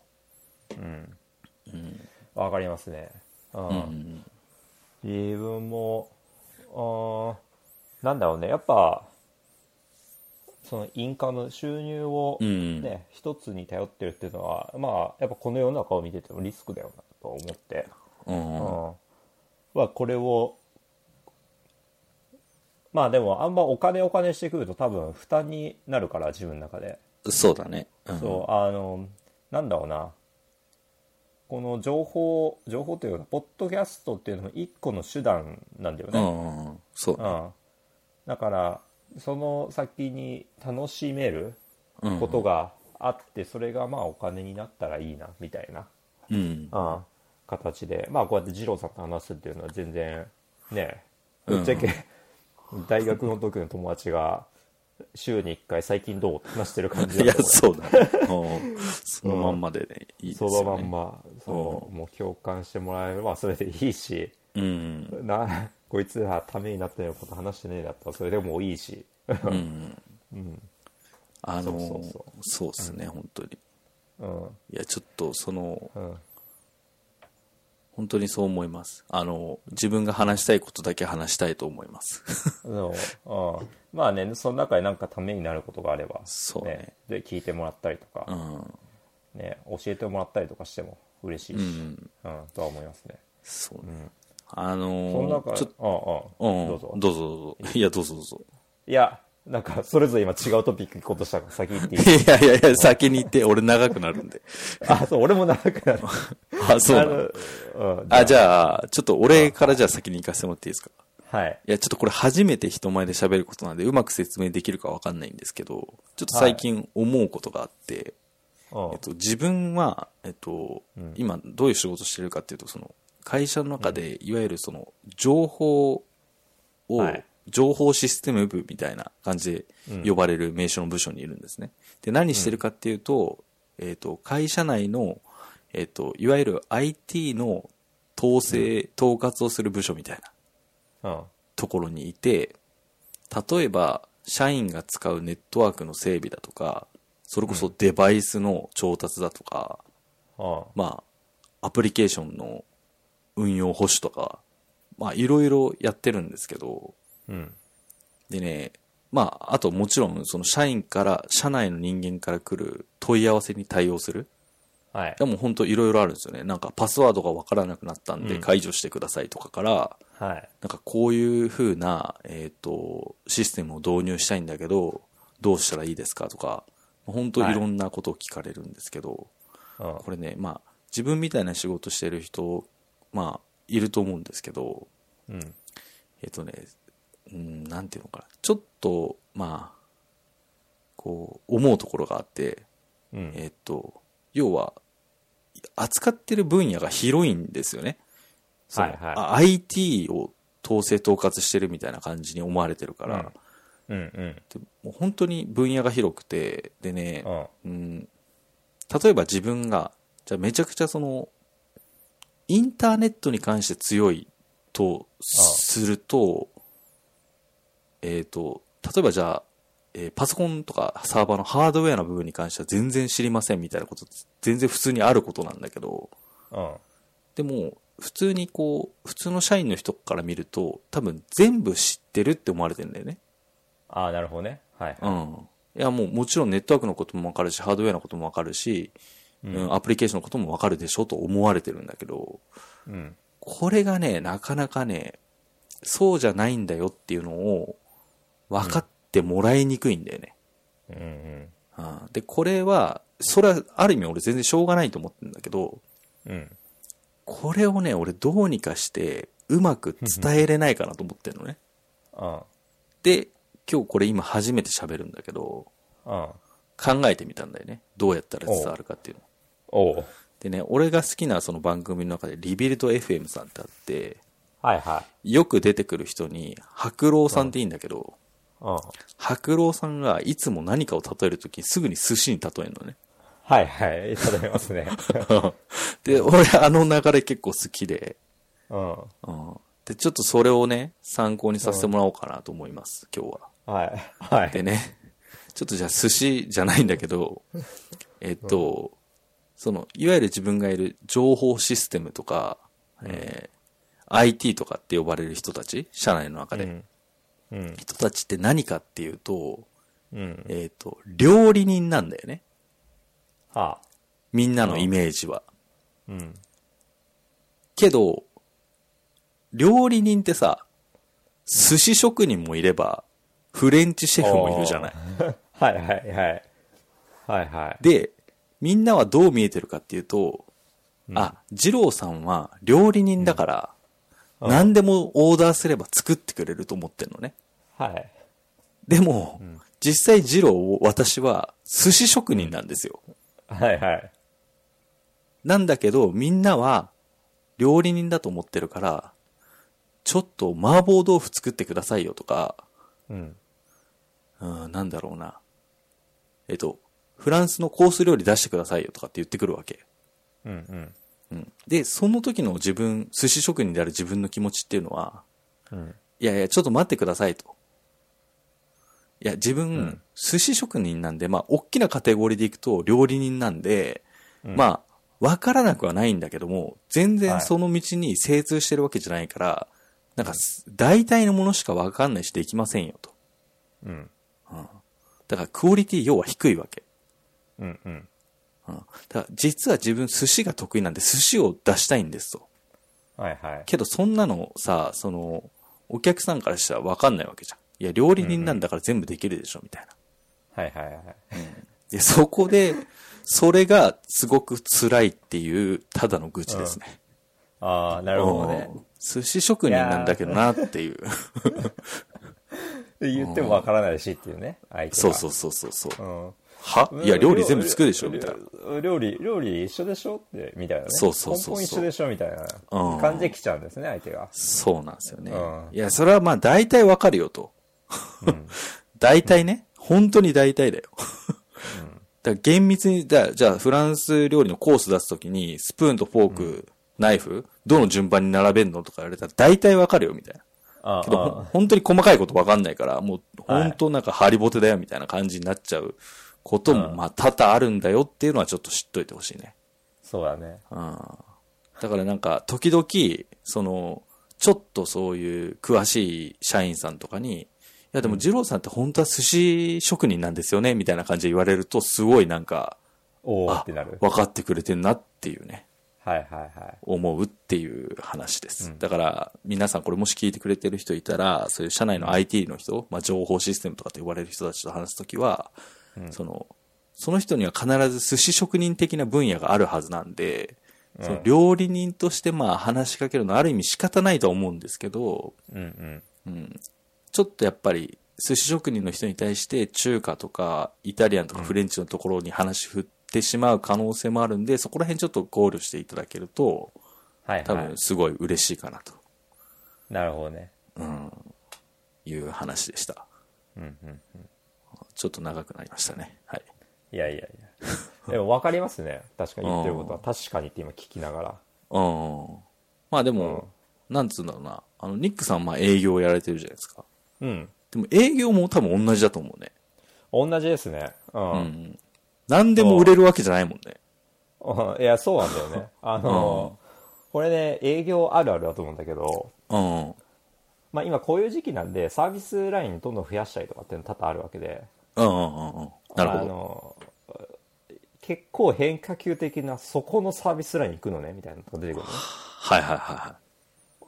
[SPEAKER 2] わかりますね。うん。自分も、うん、なんだろうね、やっぱ、そのインカム、収入を
[SPEAKER 1] う
[SPEAKER 2] ね、
[SPEAKER 1] ん
[SPEAKER 2] 一つに頼ってるっていうのは、まあ、やっぱこの世の中を見ててもリスクだよなと思って、
[SPEAKER 1] うん
[SPEAKER 2] うん。は、これを、まあでも、あんまお金お金してくると多分負担になるから、自分の中で。
[SPEAKER 1] そうだねうん
[SPEAKER 2] そうあのなんだろうなこの情報情報というかポッドキャストっていうのも一個の手段なんだよ
[SPEAKER 1] う
[SPEAKER 2] ね、
[SPEAKER 1] んうんうん、そう
[SPEAKER 2] う
[SPEAKER 1] だ。
[SPEAKER 2] ん、だからその先に楽しめる
[SPEAKER 1] うん
[SPEAKER 2] ことがあってそれがまあお金になったらいいなみたいな、
[SPEAKER 1] うん。
[SPEAKER 2] うん、形でまあこうやって二郎さんと話すっていうのは全然ねぶっちゃけ、大学の時の友達が、週に1回最近どうって話してる感じだ
[SPEAKER 1] いや
[SPEAKER 2] った、俺
[SPEAKER 1] そうだね。うんそのまんまでね、いいです
[SPEAKER 2] そ
[SPEAKER 1] よね。
[SPEAKER 2] のまんま、そのもう共感してもらえればそれでいいし、
[SPEAKER 1] うん。
[SPEAKER 2] な、こいつらためになったようなこと話してねえだったらそれでもういいし、
[SPEAKER 1] あの
[SPEAKER 2] そうそう
[SPEAKER 1] そうですね、本当に。
[SPEAKER 2] うん、
[SPEAKER 1] いや、ちょっと、その、
[SPEAKER 2] うん、
[SPEAKER 1] 本当にそう思います。あの、自分が話したいことだけ話したいと思い
[SPEAKER 2] *laughs*
[SPEAKER 1] ます。
[SPEAKER 2] でもうん、まあね、その中でなんかためになることがあれば、
[SPEAKER 1] そうね
[SPEAKER 2] で、聞いてもらったりと
[SPEAKER 1] う
[SPEAKER 2] か、
[SPEAKER 1] ん。
[SPEAKER 2] ね、教えてもらったりとかしても嬉しい
[SPEAKER 1] う
[SPEAKER 2] し、うん、
[SPEAKER 1] ん。
[SPEAKER 2] とは思いますね。
[SPEAKER 1] そう
[SPEAKER 2] う
[SPEAKER 1] ね。
[SPEAKER 2] ん、
[SPEAKER 1] あ
[SPEAKER 2] その
[SPEAKER 1] の
[SPEAKER 2] 中
[SPEAKER 1] ちょっと、
[SPEAKER 2] ああ、
[SPEAKER 1] うん、ど
[SPEAKER 2] どう
[SPEAKER 1] う
[SPEAKER 2] ぞ
[SPEAKER 1] ぞ。どうぞどうぞ。いや、どうぞどうぞ。
[SPEAKER 2] いや、なんか、それぞれ今違うトピック行こうとしたから、先
[SPEAKER 1] *laughs*
[SPEAKER 2] 行っていい
[SPEAKER 1] いやいやいや、先に行って、俺長くなるんで。
[SPEAKER 2] あ、そう、俺も長くなる。
[SPEAKER 1] あ、そうなの
[SPEAKER 2] あのうん、
[SPEAKER 1] あ、じゃあ、ちょっと俺からじゃあ先に行かせてもらっていいですか。
[SPEAKER 2] はい。
[SPEAKER 1] いや、ちょっとこれ初めて人前で喋ることなんで、うまく説明できるかわかんないんですけど、ちょっと最近思うことがあって、
[SPEAKER 2] うん
[SPEAKER 1] えっと、自分は、えっと、
[SPEAKER 2] うん
[SPEAKER 1] 今どういう仕事してるかっていうと、その、会社の中で、いわゆるその、情報を、
[SPEAKER 2] はい
[SPEAKER 1] 情報システム部みたいな感じで呼ばれる名称の部署にいるんですね。で、何してるかっていうと、えっと、会社内の、えっと、いわゆる IT の統制、統括をする部署みたいな。
[SPEAKER 2] うん。
[SPEAKER 1] ところにいて例えば社員が使うネットワークの整備だとかそれこそデバイスの調達だとか、
[SPEAKER 2] うん。
[SPEAKER 1] まあアプリケーションの運用保守とかまあいろいろやってるんですけど
[SPEAKER 2] うん。
[SPEAKER 1] でねまああともちろんその社員から社内の人間から来る問い合わせに対応する
[SPEAKER 2] はい
[SPEAKER 1] で。も本当いろいろあるんですよねなんかパスワードがわからなくなったん
[SPEAKER 2] う
[SPEAKER 1] で
[SPEAKER 2] ん
[SPEAKER 1] 解除してくださいとかから、
[SPEAKER 2] はい。
[SPEAKER 1] なんかこういう風な、えっ、と、システムを導入したいんだけど、どうしたらいいですかとか、本当
[SPEAKER 2] はい
[SPEAKER 1] いろんなことを聞かれるんですけど、
[SPEAKER 2] うん。
[SPEAKER 1] これね、まあ、自分みたいな仕事してる人、まあ、いると思うんですけど、
[SPEAKER 2] うん。
[SPEAKER 1] えっ、とね、うん、なんていうのかな、ちょっと、まあ、こう、思うところがあって、
[SPEAKER 2] うん。
[SPEAKER 1] えっ、と、要は、扱ってる分野が広いんですよね。その
[SPEAKER 2] はいはい
[SPEAKER 1] あ IT を統制統括してるみたいな感じに思われてるから、
[SPEAKER 2] うんうん。うん。
[SPEAKER 1] でもう本当に分野が広くて、でね
[SPEAKER 2] う、ん。
[SPEAKER 1] うん、例えば自分が、じゃあめちゃくちゃその、インターネットに関して強いとすると、えっ、と、例えばじゃあ、えーパソコンとかサーバーのハードウェアの部分に関しては全然知りませんみたいなことって全然普通にあることなんだけど、
[SPEAKER 2] うん。
[SPEAKER 1] でも、普通にこう、普通の社員の人から見ると、多分全部知ってるって思われてるんだよね。
[SPEAKER 2] ああ、なるほどね。はい。
[SPEAKER 1] うん。いや、もうもちろんネットワークのこともわかるし、ハードウェアのこともわかるし、うんアプリケーションのこともわかるでしょと思われてるんだけど、
[SPEAKER 2] うん。
[SPEAKER 1] これがね、なかなかね、そうじゃないんだよっていうのを分かってもらいにくいんだよね。
[SPEAKER 2] うん。うん。
[SPEAKER 1] うん、で、これは、それはある意味俺全然しょうがないと思ってるんだけど、
[SPEAKER 2] うん。
[SPEAKER 1] これをね、俺どうにかして、うまく伝えれないかなと思ってるのね。
[SPEAKER 2] うん。
[SPEAKER 1] で、今日これ今初めて喋るんだけど、
[SPEAKER 2] うん。
[SPEAKER 1] 考えてみたんだよね。どうやったら伝わるかっていうの。
[SPEAKER 2] おう。
[SPEAKER 1] でね、俺が好きなその番組の中でリビルド FM さんってあって、
[SPEAKER 2] はいは
[SPEAKER 1] よく出てくる人に、白老さんっていいんだけど、
[SPEAKER 2] い。うん。
[SPEAKER 1] 白老さんがいつも何かを例えるときにすぐに寿司に例えるのね。
[SPEAKER 2] はいはい。いただきますね。
[SPEAKER 1] で、俺あの流れ結構好きで、
[SPEAKER 2] うん。
[SPEAKER 1] うん。で、ちょっとそれをね、参考にさせてもらおうかなと思います、今日は。
[SPEAKER 2] はい。は
[SPEAKER 1] で
[SPEAKER 2] い。
[SPEAKER 1] ね、ちょっとじゃあ寿司じゃないんだけど、えっと、その、いわゆる自分がいる情報システムとか、えー IT とかって呼ばれる人たち、社内の中
[SPEAKER 2] う
[SPEAKER 1] で、
[SPEAKER 2] ん。うん。
[SPEAKER 1] 人たちって何かっていうと、
[SPEAKER 2] うん。
[SPEAKER 1] えっと、料理人なんだよね。
[SPEAKER 2] はあ。
[SPEAKER 1] みんなのイメージは。
[SPEAKER 2] うん。
[SPEAKER 1] けど、料理人ってさ、寿司職人もいれば、フレンチシェフもいるじゃない。
[SPEAKER 2] はいはいはい。はいはい。
[SPEAKER 1] で、みんなはどう見えてるかっていうと、あ、二郎さんは料理人だから、何でもオーダーすれば作ってくれると思ってるのね。
[SPEAKER 2] はい。
[SPEAKER 1] でも、実際二郎を私は寿司職人なんですよ。
[SPEAKER 2] はいはい。
[SPEAKER 1] なんだけど、みんなは料理人だと思ってるから、ちょっと麻婆豆腐作ってくださいよとか、
[SPEAKER 2] うん。
[SPEAKER 1] うん、なんだろうな。えっと、フランスのコース料理出してくださいよとかって言ってくるわけ。
[SPEAKER 2] うんうん。
[SPEAKER 1] うん。で、その時の自分、寿司職人である自分の気持ちっていうのは、
[SPEAKER 2] うん。
[SPEAKER 1] いやいや、ちょっと待ってくださいと。いや、自分、
[SPEAKER 2] うん
[SPEAKER 1] 寿司職人なんで、まあ、大きなカテゴリーでいくと料理人なんで、まあ、わからなくはないんだけども、全
[SPEAKER 2] は
[SPEAKER 1] 然
[SPEAKER 2] い
[SPEAKER 1] その道に精通してるわけじゃないから、なんか、大体のものしかわかんないしできませんよと。
[SPEAKER 2] うん。
[SPEAKER 1] だから、クオリティ要は低いわけ。
[SPEAKER 2] うんうん。
[SPEAKER 1] うん。だから、実は自分寿司が得意なんで、寿司を出したいんですと。
[SPEAKER 2] はいはい。
[SPEAKER 1] けどそんなのさ、その、お客さんからしたら分かんないわけじゃん。いや、料理人なんだから全部できるでしょ、みたいな。
[SPEAKER 2] はいはいはい。
[SPEAKER 1] で、そこで、それがすごく辛いっていう、ただの愚痴ですね。
[SPEAKER 2] ああ、なるほどね。
[SPEAKER 1] うん寿司職人なんだけどなっていう。
[SPEAKER 2] で言ってもわからないしっていうね、相手
[SPEAKER 1] *laughs*
[SPEAKER 2] が。
[SPEAKER 1] そうそうそうそうそう。
[SPEAKER 2] うん。
[SPEAKER 1] はいうや、
[SPEAKER 2] ん
[SPEAKER 1] 料理全部作るでしょ、みたいな。。
[SPEAKER 2] 料理、料理一緒でしょって、みたいなね。
[SPEAKER 1] そうそうそうそう
[SPEAKER 2] 根本一緒でしょみたい
[SPEAKER 1] うん
[SPEAKER 2] な感じで来ちゃうんですね、相手が。
[SPEAKER 1] そうなんですよね
[SPEAKER 2] う。ん
[SPEAKER 1] いや、それはまあ大体わかるよと。 *laughs* 大体ね。本当に大体だよ。 *laughs* だから厳密に、じゃあ、じゃあフランス料理のコース出すときに、スプーンとフォーク、ナイフ、どの順番に並べるのとか言われたら大体わかるよみたいな。
[SPEAKER 2] あ
[SPEAKER 1] けど、ほん本当に細かいことわかんないから、もう本当なんかハリボテだよみたいな感じになっちゃうことも、まあ多々あるんだよっていうのはちょっと知っといてほしいね。
[SPEAKER 2] そうだね。
[SPEAKER 1] うんだからなんか、時々、その、ちょっとそういう詳しい社員さんとかに、いやでも二郎さんって本当は寿司職人なんですよね、みたいな感じで言われると、すごいなんか、
[SPEAKER 2] おお
[SPEAKER 1] あ
[SPEAKER 2] ってなる。
[SPEAKER 1] 分かってくれてんなっていうね、
[SPEAKER 2] はいはいはい。
[SPEAKER 1] 思うっていう話です。だから、皆さんこれもし聞いてくれてる人いたら、そういう社内の IT の人、まあ情報システムとかって呼ばれる人たちと話すときは、その、その人には必ず寿司職人的な分野があるはずなんで、その料理人としてまあ話しかけるのはある意味仕方ないとは思うんですけど、
[SPEAKER 2] うんうん。
[SPEAKER 1] ちょっとやっぱり寿司職人の人に対して中華とかイタリアンとかフレンチのところに話振ってしまう可能性もあるんで、そこら辺ちょっと考慮していただけると、
[SPEAKER 2] はい
[SPEAKER 1] 多
[SPEAKER 2] は
[SPEAKER 1] 分すごい嬉しいかなと
[SPEAKER 2] い。なるほどね。
[SPEAKER 1] いう話でした。ちょっと長くなりましたね。はい。
[SPEAKER 2] いやいやいや。でも分かりますね。確かに言ってることは。確かにって今聞きながら。
[SPEAKER 1] うん。まあでも、なんつうんだろうな。あの、ニックさんまあ営業やられてるじゃないですか。
[SPEAKER 2] うん。
[SPEAKER 1] でも営業も多分同じだと思うね。
[SPEAKER 2] 同じですね。うん。
[SPEAKER 1] 何でも売れるわけじゃないもんね。
[SPEAKER 2] *laughs* いや、そうなんだよね。あの、これね、営業あるあるだと思うんだけど、
[SPEAKER 1] うん。
[SPEAKER 2] まあ今こういう時期なんで、サービスラインどんどん増やしたりとかっていうの多々あるわけで、
[SPEAKER 1] うんうんうんうん。なるほ
[SPEAKER 2] あ
[SPEAKER 1] ど。
[SPEAKER 2] の結構変化球的なそこのサービスライン行くのねみたいなのが出てく
[SPEAKER 1] *sighs*
[SPEAKER 2] るのね
[SPEAKER 1] はいはいは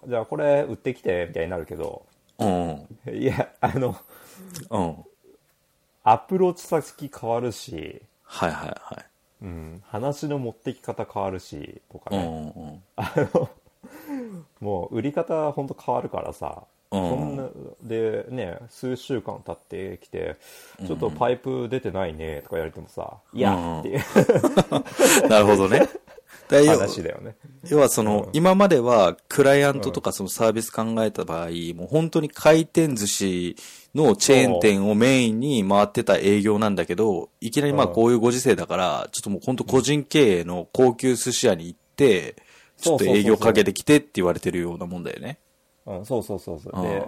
[SPEAKER 2] じゃあこれ売ってきてみたいになるけど
[SPEAKER 1] いはい。
[SPEAKER 2] いやあの
[SPEAKER 1] うん。うん。
[SPEAKER 2] アプローチ先変わるし、
[SPEAKER 1] はいはいはい。
[SPEAKER 2] うん、話の持ってき方変わるしとか
[SPEAKER 1] う
[SPEAKER 2] ね、
[SPEAKER 1] んうん
[SPEAKER 2] もう売り方ほんと変わるからさ
[SPEAKER 1] うん
[SPEAKER 2] そんなでね数週間経ってきてちょっとパイプ出てないねとか言われてもさ、い
[SPEAKER 1] うん
[SPEAKER 2] やっていう
[SPEAKER 1] うん。なるほどね。だ要は
[SPEAKER 2] 話だよね
[SPEAKER 1] 要はその、今まではクライアントとかそのサービス考えた場合、もう本当に回転寿司のチェーン店をメインに回ってた営業なんだけど、いきなりまあ
[SPEAKER 2] うん
[SPEAKER 1] こういうご時世だから、ちょっともう本当個人経営の高級寿司屋に行って、ちょっと営業かけてきてって言われてるようなもんだよね。
[SPEAKER 2] うん、そうそうそうそうで、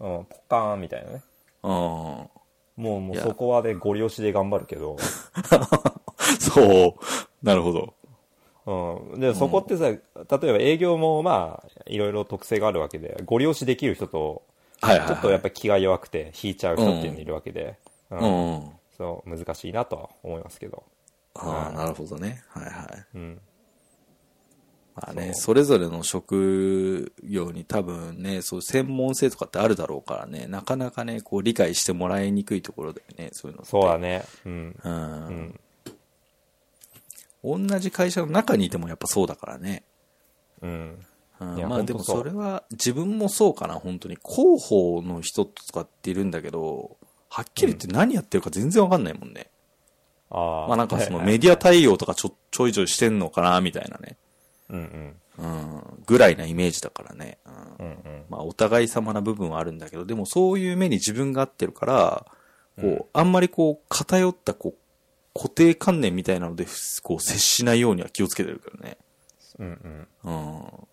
[SPEAKER 2] うん、ポカーンみたいなね
[SPEAKER 1] うん。 *laughs*
[SPEAKER 2] もうもう
[SPEAKER 1] や
[SPEAKER 2] そこはねご利用しで頑張るけど、
[SPEAKER 1] そう。なるほど。
[SPEAKER 2] うん、でそこってさ、例えば営業もまあいろいろ特性があるわけでご利用しできる人と
[SPEAKER 1] はいはい、はい。
[SPEAKER 2] ちょっとやっぱり気が弱くて引いちゃう人っていうのいるわけで、うん
[SPEAKER 1] うん。
[SPEAKER 2] そう難しいなとは思いますけど
[SPEAKER 1] ああ、なるほどね。はいはい。
[SPEAKER 2] うん
[SPEAKER 1] まあね、それぞれの職業に多分ね、そういう専門性とかってあるだろうからね、なかなかね、こう理解してもらいにくいところだよね、そういうのって。
[SPEAKER 2] そうだねうん
[SPEAKER 1] うん。同じ会社の中にいてもやっぱそうだからね。
[SPEAKER 2] うん
[SPEAKER 1] うん
[SPEAKER 2] いや
[SPEAKER 1] まあ
[SPEAKER 2] ほん
[SPEAKER 1] で
[SPEAKER 2] と
[SPEAKER 1] も
[SPEAKER 2] そう
[SPEAKER 1] それは自分もそうかな、本当に。広報の人とかっているんだけど、はっきり言って何やってるか全然わかんないもんね。
[SPEAKER 2] ああ
[SPEAKER 1] まあなんかそのメ
[SPEAKER 2] デ
[SPEAKER 1] ディア対応とかちょちょいちょいしてんのかな、みたいなね。
[SPEAKER 2] *laughs* ィうんうん
[SPEAKER 1] うん、ぐらいなイメージだからね。うん
[SPEAKER 2] うんうん
[SPEAKER 1] まあ、お互い様な部分はあるんだけど、でもそういう目に自分が合ってるから、こう、あんまりこう、偏った、こう、固定観念みたいなので、ふこう、接しないようには気をつけてるけどね。
[SPEAKER 2] うんうん
[SPEAKER 1] うん。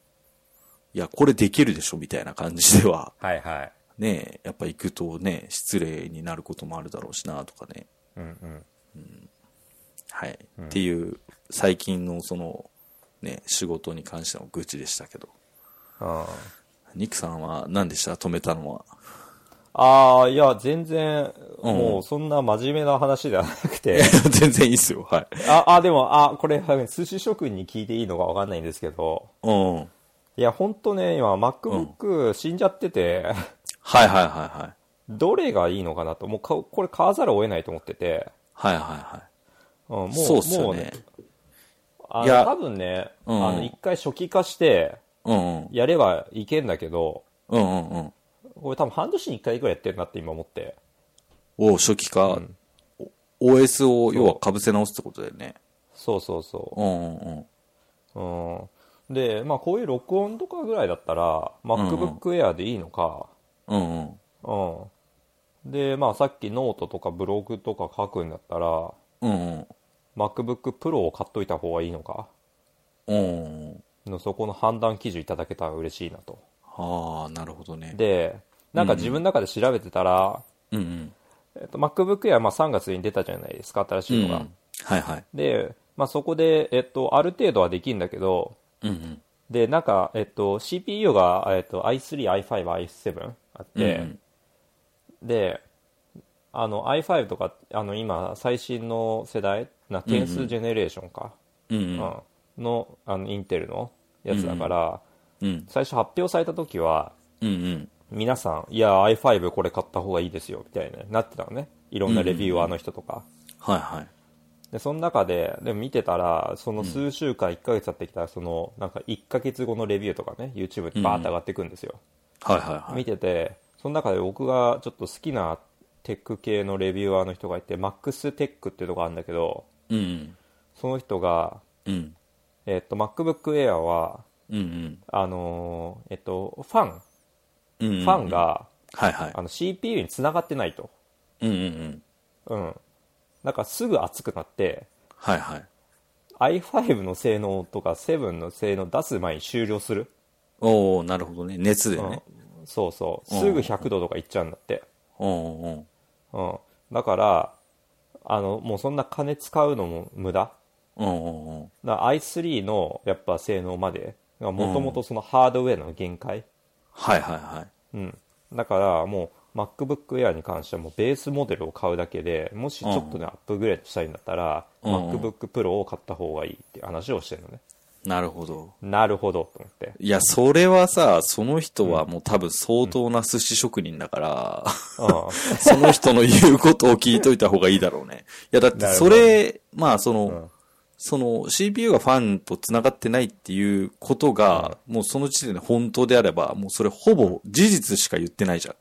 [SPEAKER 1] いや、これできるでしょ、みたいな感じでは、 *laughs*
[SPEAKER 2] はいはい
[SPEAKER 1] ね、やっぱ行くとね、失礼になることもあるだろうしな、とかね。
[SPEAKER 2] うんうん
[SPEAKER 1] はい。っていう、最近のその、ね、仕事に関しての愚痴でしたけど。
[SPEAKER 2] あ
[SPEAKER 1] ニクさんは何でした止めたの *laughs* は。
[SPEAKER 2] あーいや全然
[SPEAKER 1] うん
[SPEAKER 2] もうそんな真面目な話ではなくて
[SPEAKER 1] 全然いいっすよ、はい。
[SPEAKER 2] ああでもあこれ寿司職人に聞いていいのかわかんないんですけど
[SPEAKER 1] うん。はい
[SPEAKER 2] いや本当ね今 MacBook 死んじゃってて、
[SPEAKER 1] はいはいはい。
[SPEAKER 2] どれがいいのかなともうかこれ買わざるを得ないと思ってて、
[SPEAKER 1] はいはいは
[SPEAKER 2] うん、もう
[SPEAKER 1] い。そうっす
[SPEAKER 2] も
[SPEAKER 1] よ
[SPEAKER 2] う
[SPEAKER 1] ね。
[SPEAKER 2] あの
[SPEAKER 1] いや
[SPEAKER 2] 多分ね、
[SPEAKER 1] うん
[SPEAKER 2] あの一回初期化して
[SPEAKER 1] うんうん。
[SPEAKER 2] やればいけんだけど
[SPEAKER 1] うんうんうん。
[SPEAKER 2] これ多分半年に一回ぐらいやってるなって今思って
[SPEAKER 1] お初期化、お OS を要は被せ直すってことだよね。
[SPEAKER 2] そうそうそ
[SPEAKER 1] うんうんうん。
[SPEAKER 2] う、うん、でまあこういう録音とかぐらいだったら
[SPEAKER 1] んうん
[SPEAKER 2] MacBookAir でいいのか、
[SPEAKER 1] うんうん。
[SPEAKER 2] うんでまあさっきノートとかブログとか書くんだったら
[SPEAKER 1] うんうん。
[SPEAKER 2] MacBookPro を買っといた方がいいのか
[SPEAKER 1] うんうん。
[SPEAKER 2] のそこの判断基準いただけたら嬉しいなと
[SPEAKER 1] ああ、なるほどね。
[SPEAKER 2] でなんか自分の中で調べてたら、
[SPEAKER 1] うんうん。
[SPEAKER 2] えっと、MacBook Air まあ3月に出たじゃないですか新しいのが、
[SPEAKER 1] うんはいはい。
[SPEAKER 2] で、まあ、そこで、えっと、ある程度はできるんだけど
[SPEAKER 1] うんうん。
[SPEAKER 2] でなんか、えっと、CPU が、えっと、i3i5i7 あって、
[SPEAKER 1] うん
[SPEAKER 2] であの i5 とかあの今最新の世代な点数ジェネレーションか、
[SPEAKER 1] うんう
[SPEAKER 2] うん
[SPEAKER 1] ん。
[SPEAKER 2] のあのインテルのやつだから、
[SPEAKER 1] うん
[SPEAKER 2] 最初発表された時は
[SPEAKER 1] うんうん。
[SPEAKER 2] 皆さんいや i5 これ買った方がいいですよみたいななってたのねいろんなレビューアーの人とか、
[SPEAKER 1] はいはい。
[SPEAKER 2] でその中ででも見てたらその数週間1ヶ月経ってきたらそのなんか1ヶ月後のレビューとかね YouTube にバーッと上がってくんですよ、
[SPEAKER 1] はいはいはい。
[SPEAKER 2] 見ててその中で僕がちょっと好きなテック系のレビューアーの人がいて MAXTech っていうのがあるんだけど
[SPEAKER 1] うん
[SPEAKER 2] その人が、
[SPEAKER 1] うん。うん
[SPEAKER 2] えっと MacBookAir は
[SPEAKER 1] うんうん。
[SPEAKER 2] あのーえっとファン
[SPEAKER 1] うんうん。
[SPEAKER 2] ファンが、
[SPEAKER 1] はいはい。
[SPEAKER 2] あの CPU に繋がってないと
[SPEAKER 1] うんうんうん。
[SPEAKER 2] うんなんかすぐ熱くなって
[SPEAKER 1] はいはい。
[SPEAKER 2] i5 の性能とか7の性能出す前に終了する
[SPEAKER 1] おおなるほどね。熱でね。
[SPEAKER 2] うんそうそう
[SPEAKER 1] うん
[SPEAKER 2] すぐ100度とかいっちゃうんだって、
[SPEAKER 1] うんうん
[SPEAKER 2] うん、だからあのもうそんな金使うのも無駄
[SPEAKER 1] うん。うんうんうん。
[SPEAKER 2] だから i3 のやっぱ性能までもともとそのハードウェアの限界、
[SPEAKER 1] はいはいはい。
[SPEAKER 2] うん、だからもう MacBookAir に関してはもうベースモデルを買うだけでもしちょっとね、アップグレードしたいんだったら、
[SPEAKER 1] うん
[SPEAKER 2] MacBookPro を買った方がいいって話をしてるのね
[SPEAKER 1] なるほど。
[SPEAKER 2] なるほどと思って
[SPEAKER 1] いや、それはさ、その人はもう多分相当な寿司職人だから、
[SPEAKER 2] う
[SPEAKER 1] その人の言うことを聞いといた方がいいだろうね。いや、だってそれ、まあその、
[SPEAKER 2] ん
[SPEAKER 1] その CPU がファンと繋がってないっていうことが、もうその時点で本当であれば、もうそれほぼ事実しか言ってないじゃん。い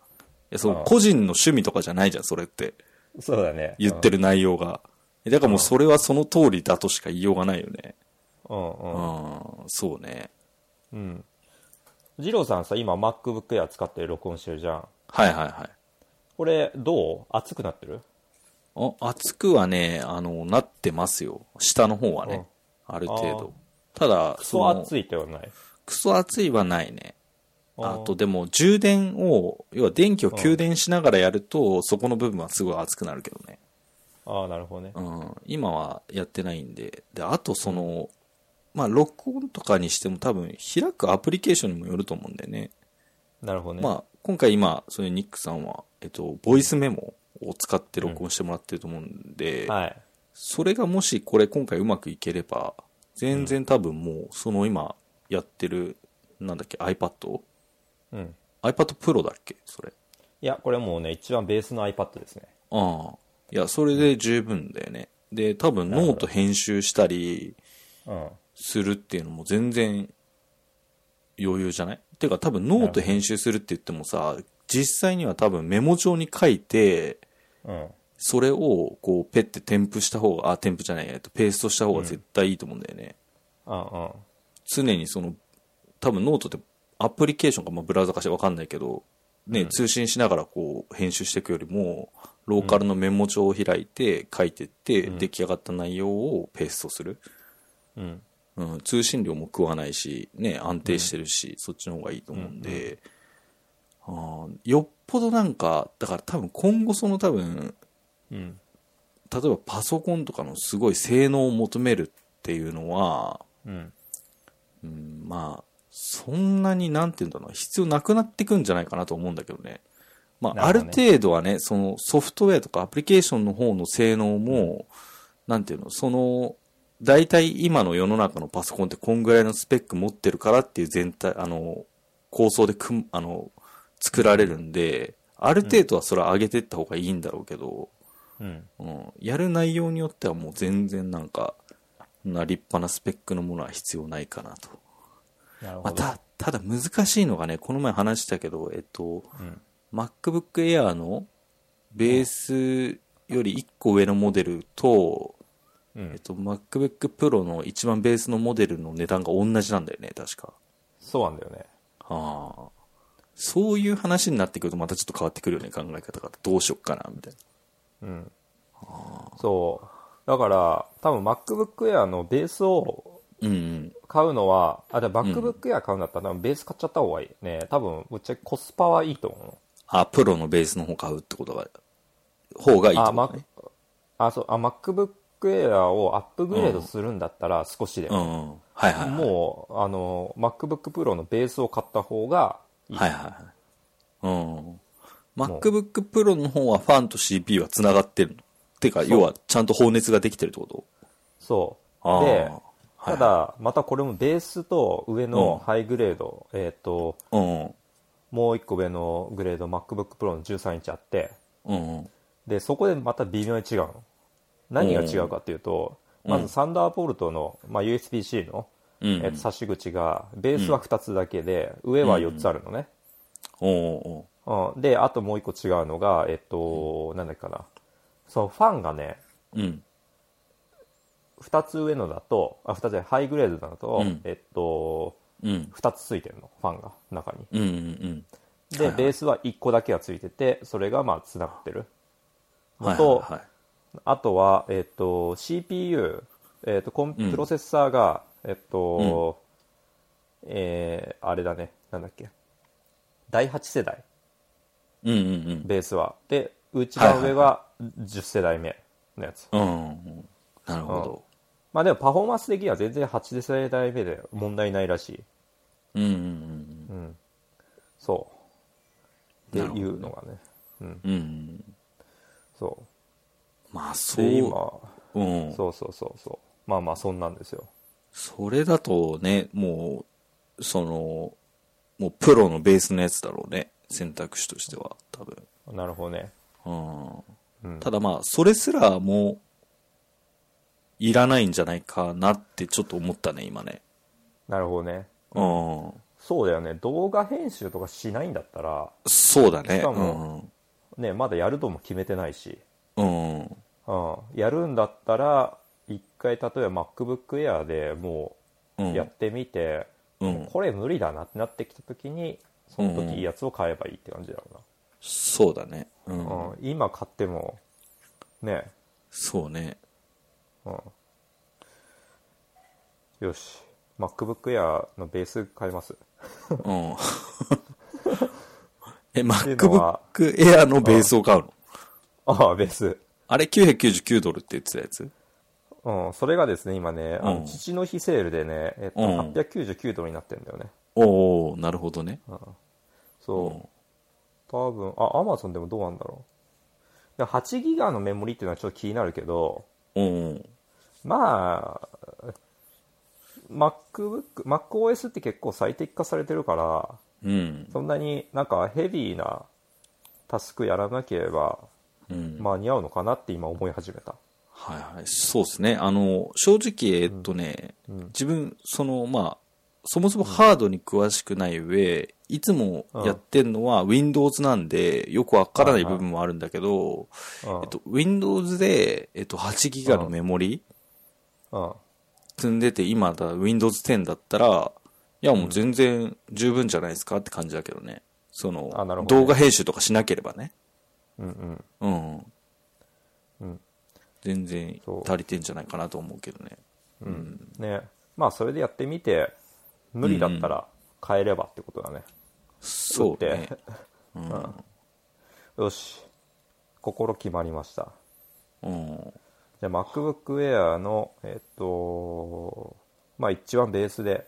[SPEAKER 1] や、そうの
[SPEAKER 2] ん
[SPEAKER 1] 個人の趣味とかじゃないじゃん、 *laughs* それって。
[SPEAKER 2] んそうだね
[SPEAKER 1] 言ってる内容が。だからもうそれはその通りだとしか言いようがないよね。
[SPEAKER 2] うんうん
[SPEAKER 1] うん、そうね。
[SPEAKER 2] うん。二郎さんさ、今 MacBook Air 使って録音してるじゃん。
[SPEAKER 1] はいはいはい。
[SPEAKER 2] これ、どう熱くなってる
[SPEAKER 1] あ熱くはね、あの、なってますよ。下の方はね。ある程度。ただ、
[SPEAKER 2] ク
[SPEAKER 1] そ
[SPEAKER 2] ソ
[SPEAKER 1] の
[SPEAKER 2] 熱いではない。
[SPEAKER 1] クソ熱いはないね。あ
[SPEAKER 2] ー
[SPEAKER 1] と、でも、充電を、要は電気を給電しながらやると、そこの部分はすごい熱くなるけどね。
[SPEAKER 2] ああ、なるほどね。
[SPEAKER 1] うん。今はやってないんで。で、あと、その、まあ、録音とかにしても多分、開くアプリケーションにもよると思うんだよね。
[SPEAKER 2] なるほどね。
[SPEAKER 1] まあ、今回今、そういうニックさんは、えっと、ボイスメモを使って録音してもらってると思うんで、
[SPEAKER 2] はい。
[SPEAKER 1] それがもしこれ今回うまくいければ、全然多分もう、その今やってる、なんだっけ、iPad?iPad
[SPEAKER 2] うん。
[SPEAKER 1] Pro だっけそれ。
[SPEAKER 2] いや、これもうね、一番ベースの iPad ですね。
[SPEAKER 1] ああ。いや、それで十分だよね。で、多分ノート編集したり
[SPEAKER 2] うん。
[SPEAKER 1] するっていうのも全然余裕じゃないてか多分ノート編集するって言ってもさ、実際には多分メモ帳に書いて、
[SPEAKER 2] うん。
[SPEAKER 1] それをこうペッて添付した方が、あ、添付じゃない、えっとペーストした方が絶対いいと思うんだよね。
[SPEAKER 2] うんうん。
[SPEAKER 1] 常にその多分ノートってアプリケーションか、まあ、ブラウザ化してわかんないけど、ね、通信しながらこう編集していくよりも、ローカルのメモ帳を開いて書いてって、出来上がった内容をペーストする。
[SPEAKER 2] うん
[SPEAKER 1] うん、通信量も食わないし、ね、安定してるし、そっちの方がいいと思うんで、あーよっぽどなんか、だから多分今後その多分、
[SPEAKER 2] うん
[SPEAKER 1] 例えばパソコンとかのすごい性能を求めるっていうのは、
[SPEAKER 2] うん
[SPEAKER 1] うん、まあ、そんなになんて言うんだろうな、必要なくなってくんじゃないかなと思うんだけどね。まあ、
[SPEAKER 2] な
[SPEAKER 1] あ
[SPEAKER 2] る
[SPEAKER 1] る
[SPEAKER 2] ほどね
[SPEAKER 1] 程度はね、そのソフトウェアとかアプリケーションの方の性能も、なんていうの、その、大体今の世の中のパソコンってこんぐらいのスペック持ってるからっていう全体、あの、構想で組む、あの、作られるんで、ある程度はそれは上げていった方がいいんだろうけど、
[SPEAKER 2] うん
[SPEAKER 1] うん、やる内容によってはもう全然なんか、な立派なスペックのものは必要ないかなと。
[SPEAKER 2] なる
[SPEAKER 1] ま
[SPEAKER 2] ほ
[SPEAKER 1] あ、
[SPEAKER 2] ど、
[SPEAKER 1] た、ただ難しいのがね、この前話したけど、えっと、
[SPEAKER 2] うん、
[SPEAKER 1] MacBook Air のベースより1個上のモデルと、
[SPEAKER 2] う
[SPEAKER 1] えっ
[SPEAKER 2] ん、
[SPEAKER 1] と、MacBook Pro の一番ベースのモデルの値段が同じなんだよね、確か。
[SPEAKER 2] そうなんだよね
[SPEAKER 1] はあ。そういう話になってくるとまたちょっと変わってくるよね、考え方が。どうしよっかな、みたい
[SPEAKER 2] うんそうだから多分 MacBookAir のベースを
[SPEAKER 1] な。うんうん。
[SPEAKER 2] 買うのはあで MacBookAir 買うんだったら多分ベース買っちゃった方がいいね多分ぶっちゃけコスパはいいと思うの
[SPEAKER 1] あ、プロのベースの方買うってことが、方がいいって
[SPEAKER 2] あ、
[SPEAKER 1] こと
[SPEAKER 2] Mac
[SPEAKER 1] ね。
[SPEAKER 2] あ、そう、あ、MacBook Air をアップグレードするんだったら少しで
[SPEAKER 1] う
[SPEAKER 2] も、
[SPEAKER 1] んうん。はいはいはい。
[SPEAKER 2] *laughs* もう、あの、MacBook Pro のベースを買った方がいい。
[SPEAKER 1] はいはいはい。うん。MacBook Pro の方はファンと CPU は繋がってるのてか、要はちゃんと放熱ができてるってこと
[SPEAKER 2] そ
[SPEAKER 1] あ
[SPEAKER 2] う。
[SPEAKER 1] ー
[SPEAKER 2] で、
[SPEAKER 1] はい
[SPEAKER 2] ただ、またこれもベースと上
[SPEAKER 1] うん
[SPEAKER 2] のハイグレード、えっ、と、
[SPEAKER 1] うん。
[SPEAKER 2] もう一個上のグレード、MacBook Pro の13インチあって、
[SPEAKER 1] うんうん。
[SPEAKER 2] で、そこでまた微妙に違うの。何が違うかっていうと、まずサンダーボルトの、まあ、USB-C の、
[SPEAKER 1] うんうん
[SPEAKER 2] えっと差し口が、ベースは2つだけで、上は4つあるのね。
[SPEAKER 1] おうおう
[SPEAKER 2] うん、で、あともう一個違うのが、えっと、なんだっけかな。そのファンがね、
[SPEAKER 1] おううん。
[SPEAKER 2] 二つ上のだと、あ、二つ上、ハイグレードだと、
[SPEAKER 1] うん
[SPEAKER 2] えっと、
[SPEAKER 1] うん。
[SPEAKER 2] 二つついてるの、ファンが、中に。
[SPEAKER 1] うんうんうん。
[SPEAKER 2] で、ベースは一個だけがついてて、それがまあ、つながってる。
[SPEAKER 1] はい
[SPEAKER 2] と
[SPEAKER 1] はいはい。
[SPEAKER 2] あとは、えっと、CPU、えっと、コン
[SPEAKER 1] うん
[SPEAKER 2] プロセッサーが、えっと、えー、あれだね、なんだっけ。第8世代、
[SPEAKER 1] うんうん
[SPEAKER 2] ベースは。で、一番上は10世代目のやつ。
[SPEAKER 1] うん。うんうん。なるほ
[SPEAKER 2] まあでもパフォーマンス的には全然8世代目で問題ないらしい。
[SPEAKER 1] ど。うんうん
[SPEAKER 2] うん。そう。
[SPEAKER 1] な
[SPEAKER 2] っ
[SPEAKER 1] るほどね
[SPEAKER 2] ていうのがね。うん。
[SPEAKER 1] うん。うん。
[SPEAKER 2] そ。
[SPEAKER 1] まあ、そうう。
[SPEAKER 2] で、今、
[SPEAKER 1] うん。
[SPEAKER 2] そうそうそうそう。まあまあ、そんなんですよ。
[SPEAKER 1] それだとね、もう、その、もうプロのベースのやつだろうね。選択肢としては、多分。
[SPEAKER 2] なるほどね。
[SPEAKER 1] う。
[SPEAKER 2] うんん
[SPEAKER 1] ただまあ、それすらもう、いらないんじゃないかなってちょっと思ったね、今ね。
[SPEAKER 2] なるほどね。
[SPEAKER 1] うん。
[SPEAKER 2] そうだよね。動画編集とかしないんだったら、
[SPEAKER 1] そうだね。
[SPEAKER 2] しかも
[SPEAKER 1] う
[SPEAKER 2] ね、まだやるとも決めてないし。
[SPEAKER 1] ん。うん。
[SPEAKER 2] うん。やるんだったら、一回、例えば MacBook Air でも
[SPEAKER 1] う。
[SPEAKER 2] うんやってみて、
[SPEAKER 1] うん。
[SPEAKER 2] これ無理だなってなってきた時に、その時いいやつを買えばいいって感じだろうな。
[SPEAKER 1] そうだね。うん。
[SPEAKER 2] うん、今買ってもね
[SPEAKER 1] そうね。
[SPEAKER 2] うんよし MacBookAir のベース買います *laughs*
[SPEAKER 1] うん。え、
[SPEAKER 2] ていうの
[SPEAKER 1] MacBook
[SPEAKER 2] は
[SPEAKER 1] Air のベースを買うの
[SPEAKER 2] ああベース
[SPEAKER 1] あれ999ドルって言ってたやつ
[SPEAKER 2] うんそれがですね今ねあ
[SPEAKER 1] う
[SPEAKER 2] の
[SPEAKER 1] ん
[SPEAKER 2] 父の日セールでね、えっと
[SPEAKER 1] うん
[SPEAKER 2] 899ドルになってんだよね
[SPEAKER 1] おおなるほどね。
[SPEAKER 2] そう、
[SPEAKER 1] うん
[SPEAKER 2] 多分あアマゾンでもどうなんだろうで8ギガのメモリっていうのはちょっと気になるけど
[SPEAKER 1] うん。
[SPEAKER 2] まあ MacBook、MacOS って結構最適化されてるから、
[SPEAKER 1] うん。
[SPEAKER 2] そんなになんかヘビーなタスクやらなければ
[SPEAKER 1] うん。
[SPEAKER 2] 間に合うのかなって今思い始めた。
[SPEAKER 1] はいはい。そうですね。あの、正直、えっとね、
[SPEAKER 2] うん
[SPEAKER 1] 自分、その、まあ、そもそもハードに詳しくない上、いつもやってんのは Windows なんで、よくわからない部分もあるんだけど、
[SPEAKER 2] うん
[SPEAKER 1] えっと、Windows で、えっと、8ギガのメモリ
[SPEAKER 2] うん
[SPEAKER 1] 積んでて、今だ、Windows 10だったら、いやもう全然十分じゃないですかって感じだけどね。そ
[SPEAKER 2] あなる
[SPEAKER 1] の、
[SPEAKER 2] ほどね
[SPEAKER 1] 動画編集とかしなければね。
[SPEAKER 2] うんうん
[SPEAKER 1] うん。
[SPEAKER 2] うん
[SPEAKER 1] 全然
[SPEAKER 2] そう
[SPEAKER 1] 足りてんじゃないかなと思うけどね。
[SPEAKER 2] うんねまあそれでやってみて無理だったら変えればってことだね、
[SPEAKER 1] そうね。
[SPEAKER 2] よし心決まりました
[SPEAKER 1] うん。
[SPEAKER 2] じゃあ MacBook Air のえっとまあ一番ベースで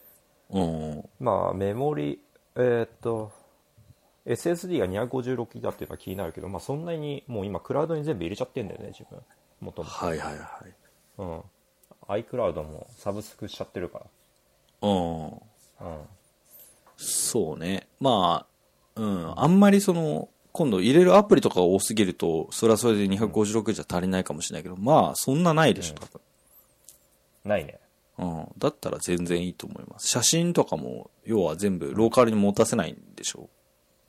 [SPEAKER 1] うん。
[SPEAKER 2] まあメモリえっと SSD が256ギガっていうのは気になるけど、まあ、そんなにもう今クラウドに全部入れちゃってんだよね自分もとも
[SPEAKER 1] はいはいはい。
[SPEAKER 2] とうん iCloud もサブスクしちゃってるか
[SPEAKER 1] うん。
[SPEAKER 2] らうん
[SPEAKER 1] そうね。まあ、うん。あんまりその、今度入れるアプリとかが多すぎると、それはそれで256じゃ足りないかもしれないけど、まあ、そんなないでしょ、多分。
[SPEAKER 2] ないね
[SPEAKER 1] うん、だったら全然いいと思います。写真とかも、要は全部ローカルに持たせないんでしょ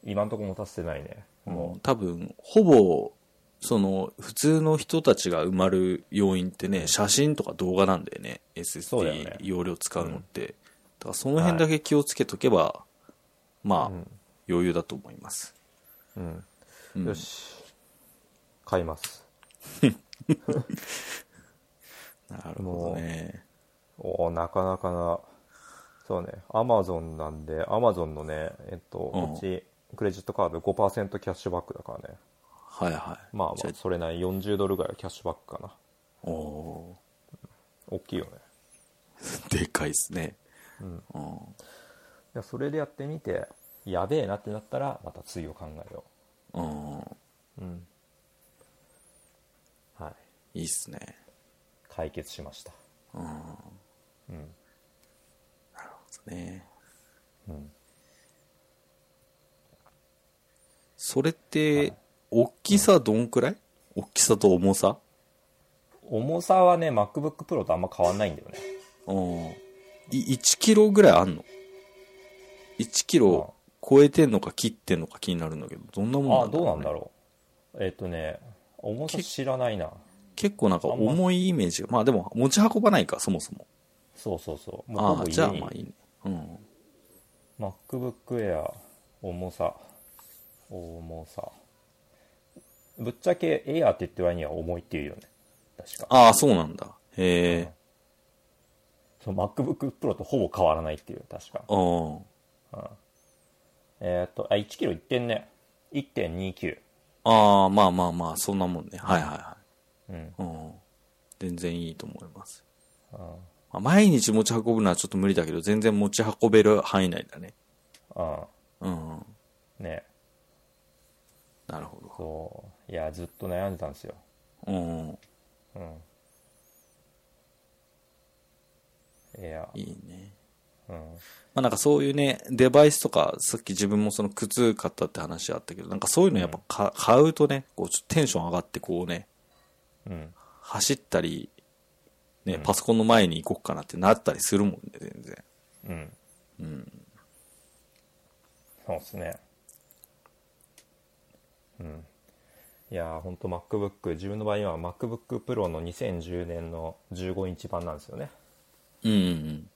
[SPEAKER 2] 今んとこ持たせてないね
[SPEAKER 1] う、
[SPEAKER 2] も
[SPEAKER 1] ん、多分、ほぼ、その、普通の人たちが埋まる要因ってね、写真とか動画なんだよね。
[SPEAKER 2] そうだよね
[SPEAKER 1] SSD 容量使うのって。だからその辺だけ気をつけとけば、まあ、余裕だと思います。
[SPEAKER 2] う、うんよし買います
[SPEAKER 1] なるほどね。
[SPEAKER 2] おおなかなかなそうねアマゾンなんでアマゾンのねえっと
[SPEAKER 1] うん
[SPEAKER 2] うちクレジットカード5%キャッシュバックだからね
[SPEAKER 1] はいはい。
[SPEAKER 2] まあま
[SPEAKER 1] じゃ
[SPEAKER 2] あそれなり40ドルぐらいはキャッシュバックかな
[SPEAKER 1] あお
[SPEAKER 2] 大きいよね
[SPEAKER 1] ー *laughs* でかいですね。うん
[SPEAKER 2] いやそれでやってみてやべえなってなったらまた次を考えよ
[SPEAKER 1] うん。
[SPEAKER 2] ううんはい
[SPEAKER 1] いいっすね。
[SPEAKER 2] 解決しました
[SPEAKER 1] ね。
[SPEAKER 2] うん
[SPEAKER 1] それって、大きさどんくらい大きさと重さ
[SPEAKER 2] 重さはね MacBookPro とあんま変わんないんだよね
[SPEAKER 1] うん。い1キロぐらいあんの ?1 キロ超えてんのか切ってんのか気になるんだけど、どんなもん
[SPEAKER 2] あどうなんだ
[SPEAKER 1] ろ
[SPEAKER 2] ろうえっ、とね重さ知らないな
[SPEAKER 1] う結構なんか重いイメージが。まあでも持ち運ばないか、そもそも。
[SPEAKER 2] そうそうそうもう
[SPEAKER 1] あ
[SPEAKER 2] ほ
[SPEAKER 1] あ、
[SPEAKER 2] ぼ
[SPEAKER 1] じゃ
[SPEAKER 2] 家
[SPEAKER 1] あ
[SPEAKER 2] に
[SPEAKER 1] まあいいね。うん。
[SPEAKER 2] MacBook Air 重さ重さぶっちゃけ Air って言ってる割には重いっていうよね確か
[SPEAKER 1] ああ、そうなんだ。へえ。
[SPEAKER 2] そう MacBook Pro とほぼ変わらないっていう確か
[SPEAKER 1] うん。
[SPEAKER 2] えーっ、とあ1キロいってんね1.29
[SPEAKER 1] ああ、まあまあまあ、そんなもんね。はいはいはい。
[SPEAKER 2] うん
[SPEAKER 1] うん、全然いいと思います、まあ毎日持ち運ぶのはちょっと無理だけど全然持ち運べる範囲内だね
[SPEAKER 2] あ
[SPEAKER 1] うん
[SPEAKER 2] あね
[SPEAKER 1] なるほど
[SPEAKER 2] そういやずっと悩んでたんですよ
[SPEAKER 1] うん
[SPEAKER 2] うん Air
[SPEAKER 1] いいね
[SPEAKER 2] うん
[SPEAKER 1] まあなんかそういうねデバイスとかさっき自分もその靴買ったって話あったけどなんかそういうのやっぱか買うとねこうちょっとテンション上がってこうね
[SPEAKER 2] うん
[SPEAKER 1] 走ったりね、パソコンの前に行こうかなってなったりするもんね全然
[SPEAKER 2] うんうんそうですねうんいやーほんと MacBook 自分の場合は MacBookPro の2010年の15インチ版なんですよね
[SPEAKER 1] うん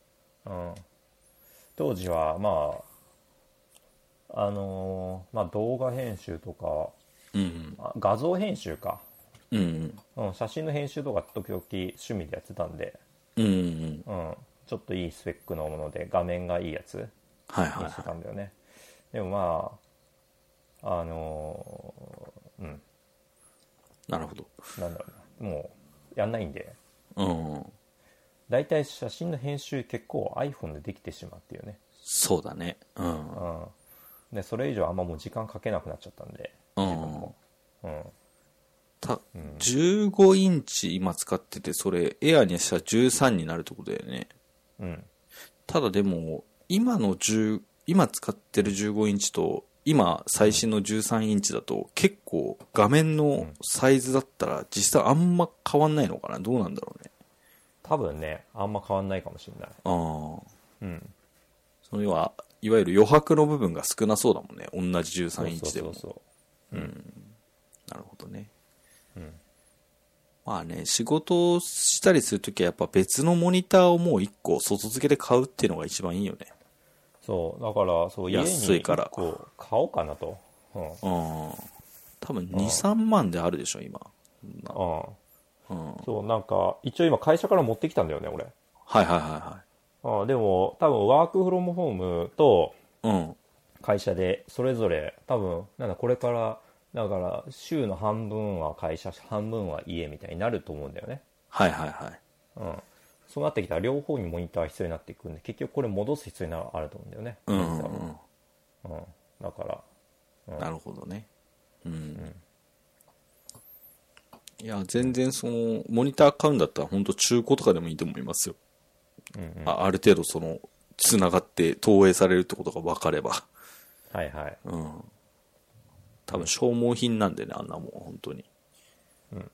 [SPEAKER 1] うん
[SPEAKER 2] うん当時はまああのーまあ動画編集とか
[SPEAKER 1] うん
[SPEAKER 2] あ画像編集か、
[SPEAKER 1] うんうん
[SPEAKER 2] うん、写真の編集とか時々趣味でやってたんで、
[SPEAKER 1] うんうんうん
[SPEAKER 2] うん、ちょっといいスペックのもので画面がいいやつ
[SPEAKER 1] はいはい
[SPEAKER 2] に
[SPEAKER 1] はい
[SPEAKER 2] してたんだよねでもまああのーうん
[SPEAKER 1] なるほど
[SPEAKER 2] なんだろうなもうやんないんで
[SPEAKER 1] うん
[SPEAKER 2] 大体写真の編集結構 iPhone でできてしまうっていうね、
[SPEAKER 1] そうだねうん
[SPEAKER 2] うん、でそれ以上あんまもう時間かけなくなっちゃったんで
[SPEAKER 1] うん
[SPEAKER 2] 自分も、うん、
[SPEAKER 1] た、15インチ今使ってて、それ、エアにしたら13になるってことだよね。
[SPEAKER 2] うん、
[SPEAKER 1] ただでも、今の10、今使ってる15インチと、今最新の13インチだと、結構画面のサイズだったら、実際あんま変わんないのかなどうなんだろうね。
[SPEAKER 2] 多分ねあんま変わんないかもしれない
[SPEAKER 1] ああ。
[SPEAKER 2] うん
[SPEAKER 1] その要は、いわゆる余白の部分が少なそうだもんね。同じ13インチでも。
[SPEAKER 2] そうそう
[SPEAKER 1] なるほどね。まあね、仕事をしたりするときはやっぱ別のモニターをもう一個外付けで買うっていうのが一番いいよね。
[SPEAKER 2] そうだからそう家に
[SPEAKER 1] 安いから
[SPEAKER 2] 1個買おうかなと、うんうん、
[SPEAKER 1] うん。多分23万であるでしょ今うん
[SPEAKER 2] そうなんか一応今会社から持ってきたんだよね俺
[SPEAKER 1] はいはいは
[SPEAKER 2] あでも多分ワークフロムホームと
[SPEAKER 1] いはいうん
[SPEAKER 2] 会社でそれぞれ多分なんだこれからだから週の半分は会社半分は家みたいになると思うんだよね
[SPEAKER 1] はいはいはい
[SPEAKER 2] うんそうなってきたら両方にモニター必要になっていくんで結局これ戻す必要になるあると思うんだよね
[SPEAKER 1] うんうん
[SPEAKER 2] モニターをうんだから
[SPEAKER 1] うんなるほどねうんいや全然そのモニター買うんだったら本当中古とかでもいいと思いますよ
[SPEAKER 2] うんうん
[SPEAKER 1] あある程度そのつながって投影されるってことが分かれば
[SPEAKER 2] はいはい
[SPEAKER 1] うん多分消耗品なんでねあんなもん本当にうん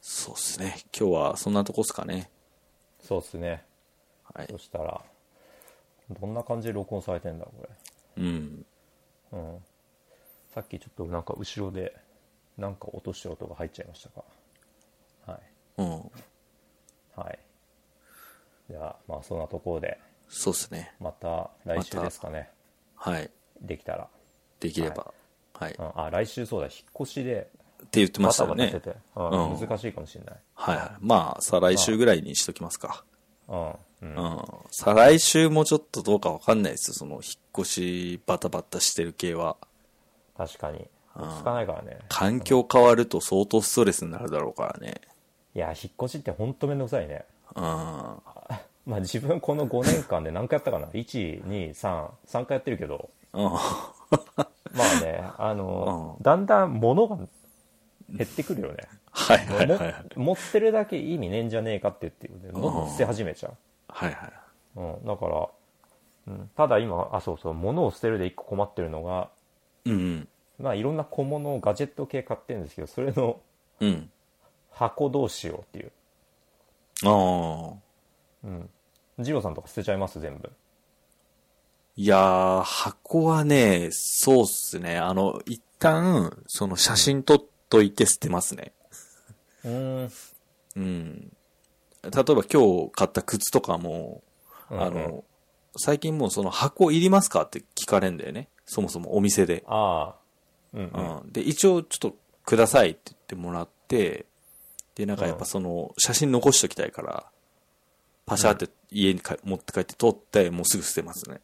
[SPEAKER 1] そうっすね今日はそんなとこっすかね
[SPEAKER 2] そうっすね
[SPEAKER 1] はい
[SPEAKER 2] そしたらどんな感じで録音されてんだこれ
[SPEAKER 1] うん
[SPEAKER 2] さっきちょっとなんか後ろでなんか落としてる音が入っちゃいましたかは
[SPEAKER 1] うん
[SPEAKER 2] いはいじゃあまあそんなところで
[SPEAKER 1] そうっすね
[SPEAKER 2] また来週ですかね、
[SPEAKER 1] はい
[SPEAKER 2] できたら、
[SPEAKER 1] できればはい、
[SPEAKER 2] う
[SPEAKER 1] っ
[SPEAKER 2] ん、あ来週そうだ引っ越しで
[SPEAKER 1] て言ってま
[SPEAKER 2] バ
[SPEAKER 1] した
[SPEAKER 2] タ
[SPEAKER 1] よ
[SPEAKER 2] バタし
[SPEAKER 1] ね
[SPEAKER 2] てて、うん
[SPEAKER 1] うん
[SPEAKER 2] 難しいかもしれない
[SPEAKER 1] はいはいまあ再来週ぐらいにしときますか
[SPEAKER 2] うん、うん、
[SPEAKER 1] うん再来週もちょっとどうかわかんないですよその引っ越しバタバタしてる系は
[SPEAKER 2] 確かに落ち着かないからね
[SPEAKER 1] 環境変わると相当ストレスになるだろうからね
[SPEAKER 2] いや引っ越しってほんとめんどくさいね
[SPEAKER 1] うん
[SPEAKER 2] まあ自分この5年間で何回やったかな1233回やってるけど
[SPEAKER 1] うん
[SPEAKER 2] ま
[SPEAKER 1] *laughs*
[SPEAKER 2] あね、あの、だんだん物が減ってくるよね。
[SPEAKER 1] はいはいはい
[SPEAKER 2] も
[SPEAKER 1] はい。
[SPEAKER 2] 持ってるだけ意味ねえんじゃねえかって言って、どんどん捨て始めちゃ
[SPEAKER 1] はいはい。
[SPEAKER 2] う。うん、だから、うん、ただ今、あ、そうそう、物を捨てるで一個困ってるのが、
[SPEAKER 1] うん
[SPEAKER 2] まあいろんな小物をガジェット系買ってるんですけど、それの
[SPEAKER 1] うん。うん。
[SPEAKER 2] 箱どうしようっていう。
[SPEAKER 1] ああ。
[SPEAKER 2] うん。ジローさんとか捨てちゃいます全部。
[SPEAKER 1] いやー、箱はね、そうっすね。あの、一旦、その写真撮っといて捨てますね。
[SPEAKER 2] うん。
[SPEAKER 1] うん。例えば今日買った靴とかも、あ
[SPEAKER 2] うんうん
[SPEAKER 1] の、最近もうその箱いりますかって聞かれんだよね。そもそもお店で。
[SPEAKER 2] ああ。うん、うん。
[SPEAKER 1] うん。で、一応ちょっとくださいって言ってもらって、で、なんかやっぱその、写真残しときたいから、パシャって家にか持って帰って撮って、もうすぐ捨てますね。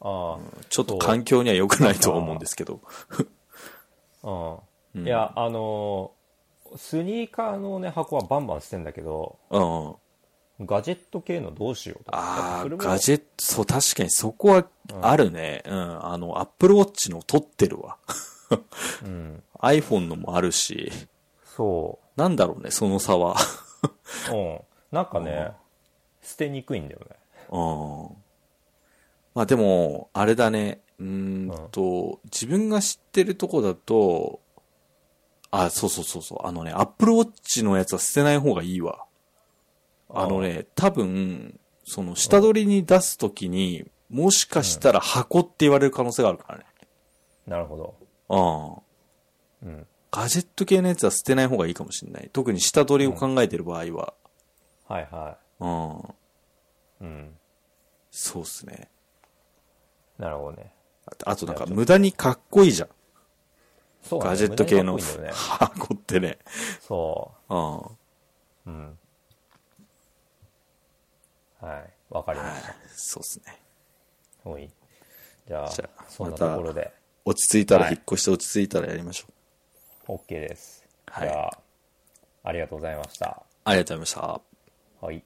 [SPEAKER 2] あ
[SPEAKER 1] ちょっと環境には良くないとは思うんですけど。
[SPEAKER 2] あ。うん。いや、あのスニーカーのね、箱はバンバン捨てんだけど、
[SPEAKER 1] うん。
[SPEAKER 2] ガジェット系のどうしようと
[SPEAKER 1] ああ、ガ
[SPEAKER 2] ガジ
[SPEAKER 1] ジェット、そう、確かにそこはあるね。うん。あの、アップルウォッチの撮ってるわ。
[SPEAKER 2] うん、
[SPEAKER 1] iPhone のもあるし、
[SPEAKER 2] そ
[SPEAKER 1] なんだろうね、その差は。
[SPEAKER 2] う、うん、なんかね、捨てにくいんだよね。
[SPEAKER 1] うん。まあでも、あれだね。うーんと、自分が知ってるとこだと、あ、そうそうそうそう。あのね、Apple Watch のやつは捨てない方がいいわ。あのね、多分、その、下取りに出すときに、もしかしたら箱って言われる可能性があるからね。
[SPEAKER 2] なるほど。
[SPEAKER 1] うん。
[SPEAKER 2] うん、
[SPEAKER 1] ガジェット系のやつは捨てない方がいいかもしれない。特に下取りを考えてる場合は。
[SPEAKER 2] はいは
[SPEAKER 1] うん。
[SPEAKER 2] い。うん、
[SPEAKER 1] そうっすね。
[SPEAKER 2] なるほどね。
[SPEAKER 1] あとなんか、無駄にかっこいいじゃん。
[SPEAKER 2] そう
[SPEAKER 1] ガジェット系の
[SPEAKER 2] 無駄にかっこいいんだよね。
[SPEAKER 1] 箱ってね。
[SPEAKER 2] そ
[SPEAKER 1] うん。
[SPEAKER 2] う、うん、はい、わかりました。
[SPEAKER 1] そうですね。
[SPEAKER 2] おい、じゃあ
[SPEAKER 1] じゃあ
[SPEAKER 2] そんな
[SPEAKER 1] また
[SPEAKER 2] ところで
[SPEAKER 1] 落ち着いたら
[SPEAKER 2] はい
[SPEAKER 1] 引っ越して落ち着いたらやりましょう。
[SPEAKER 2] OK です。
[SPEAKER 1] はい
[SPEAKER 2] じゃあありがとうございました。
[SPEAKER 1] ありがとうございました。
[SPEAKER 2] はい。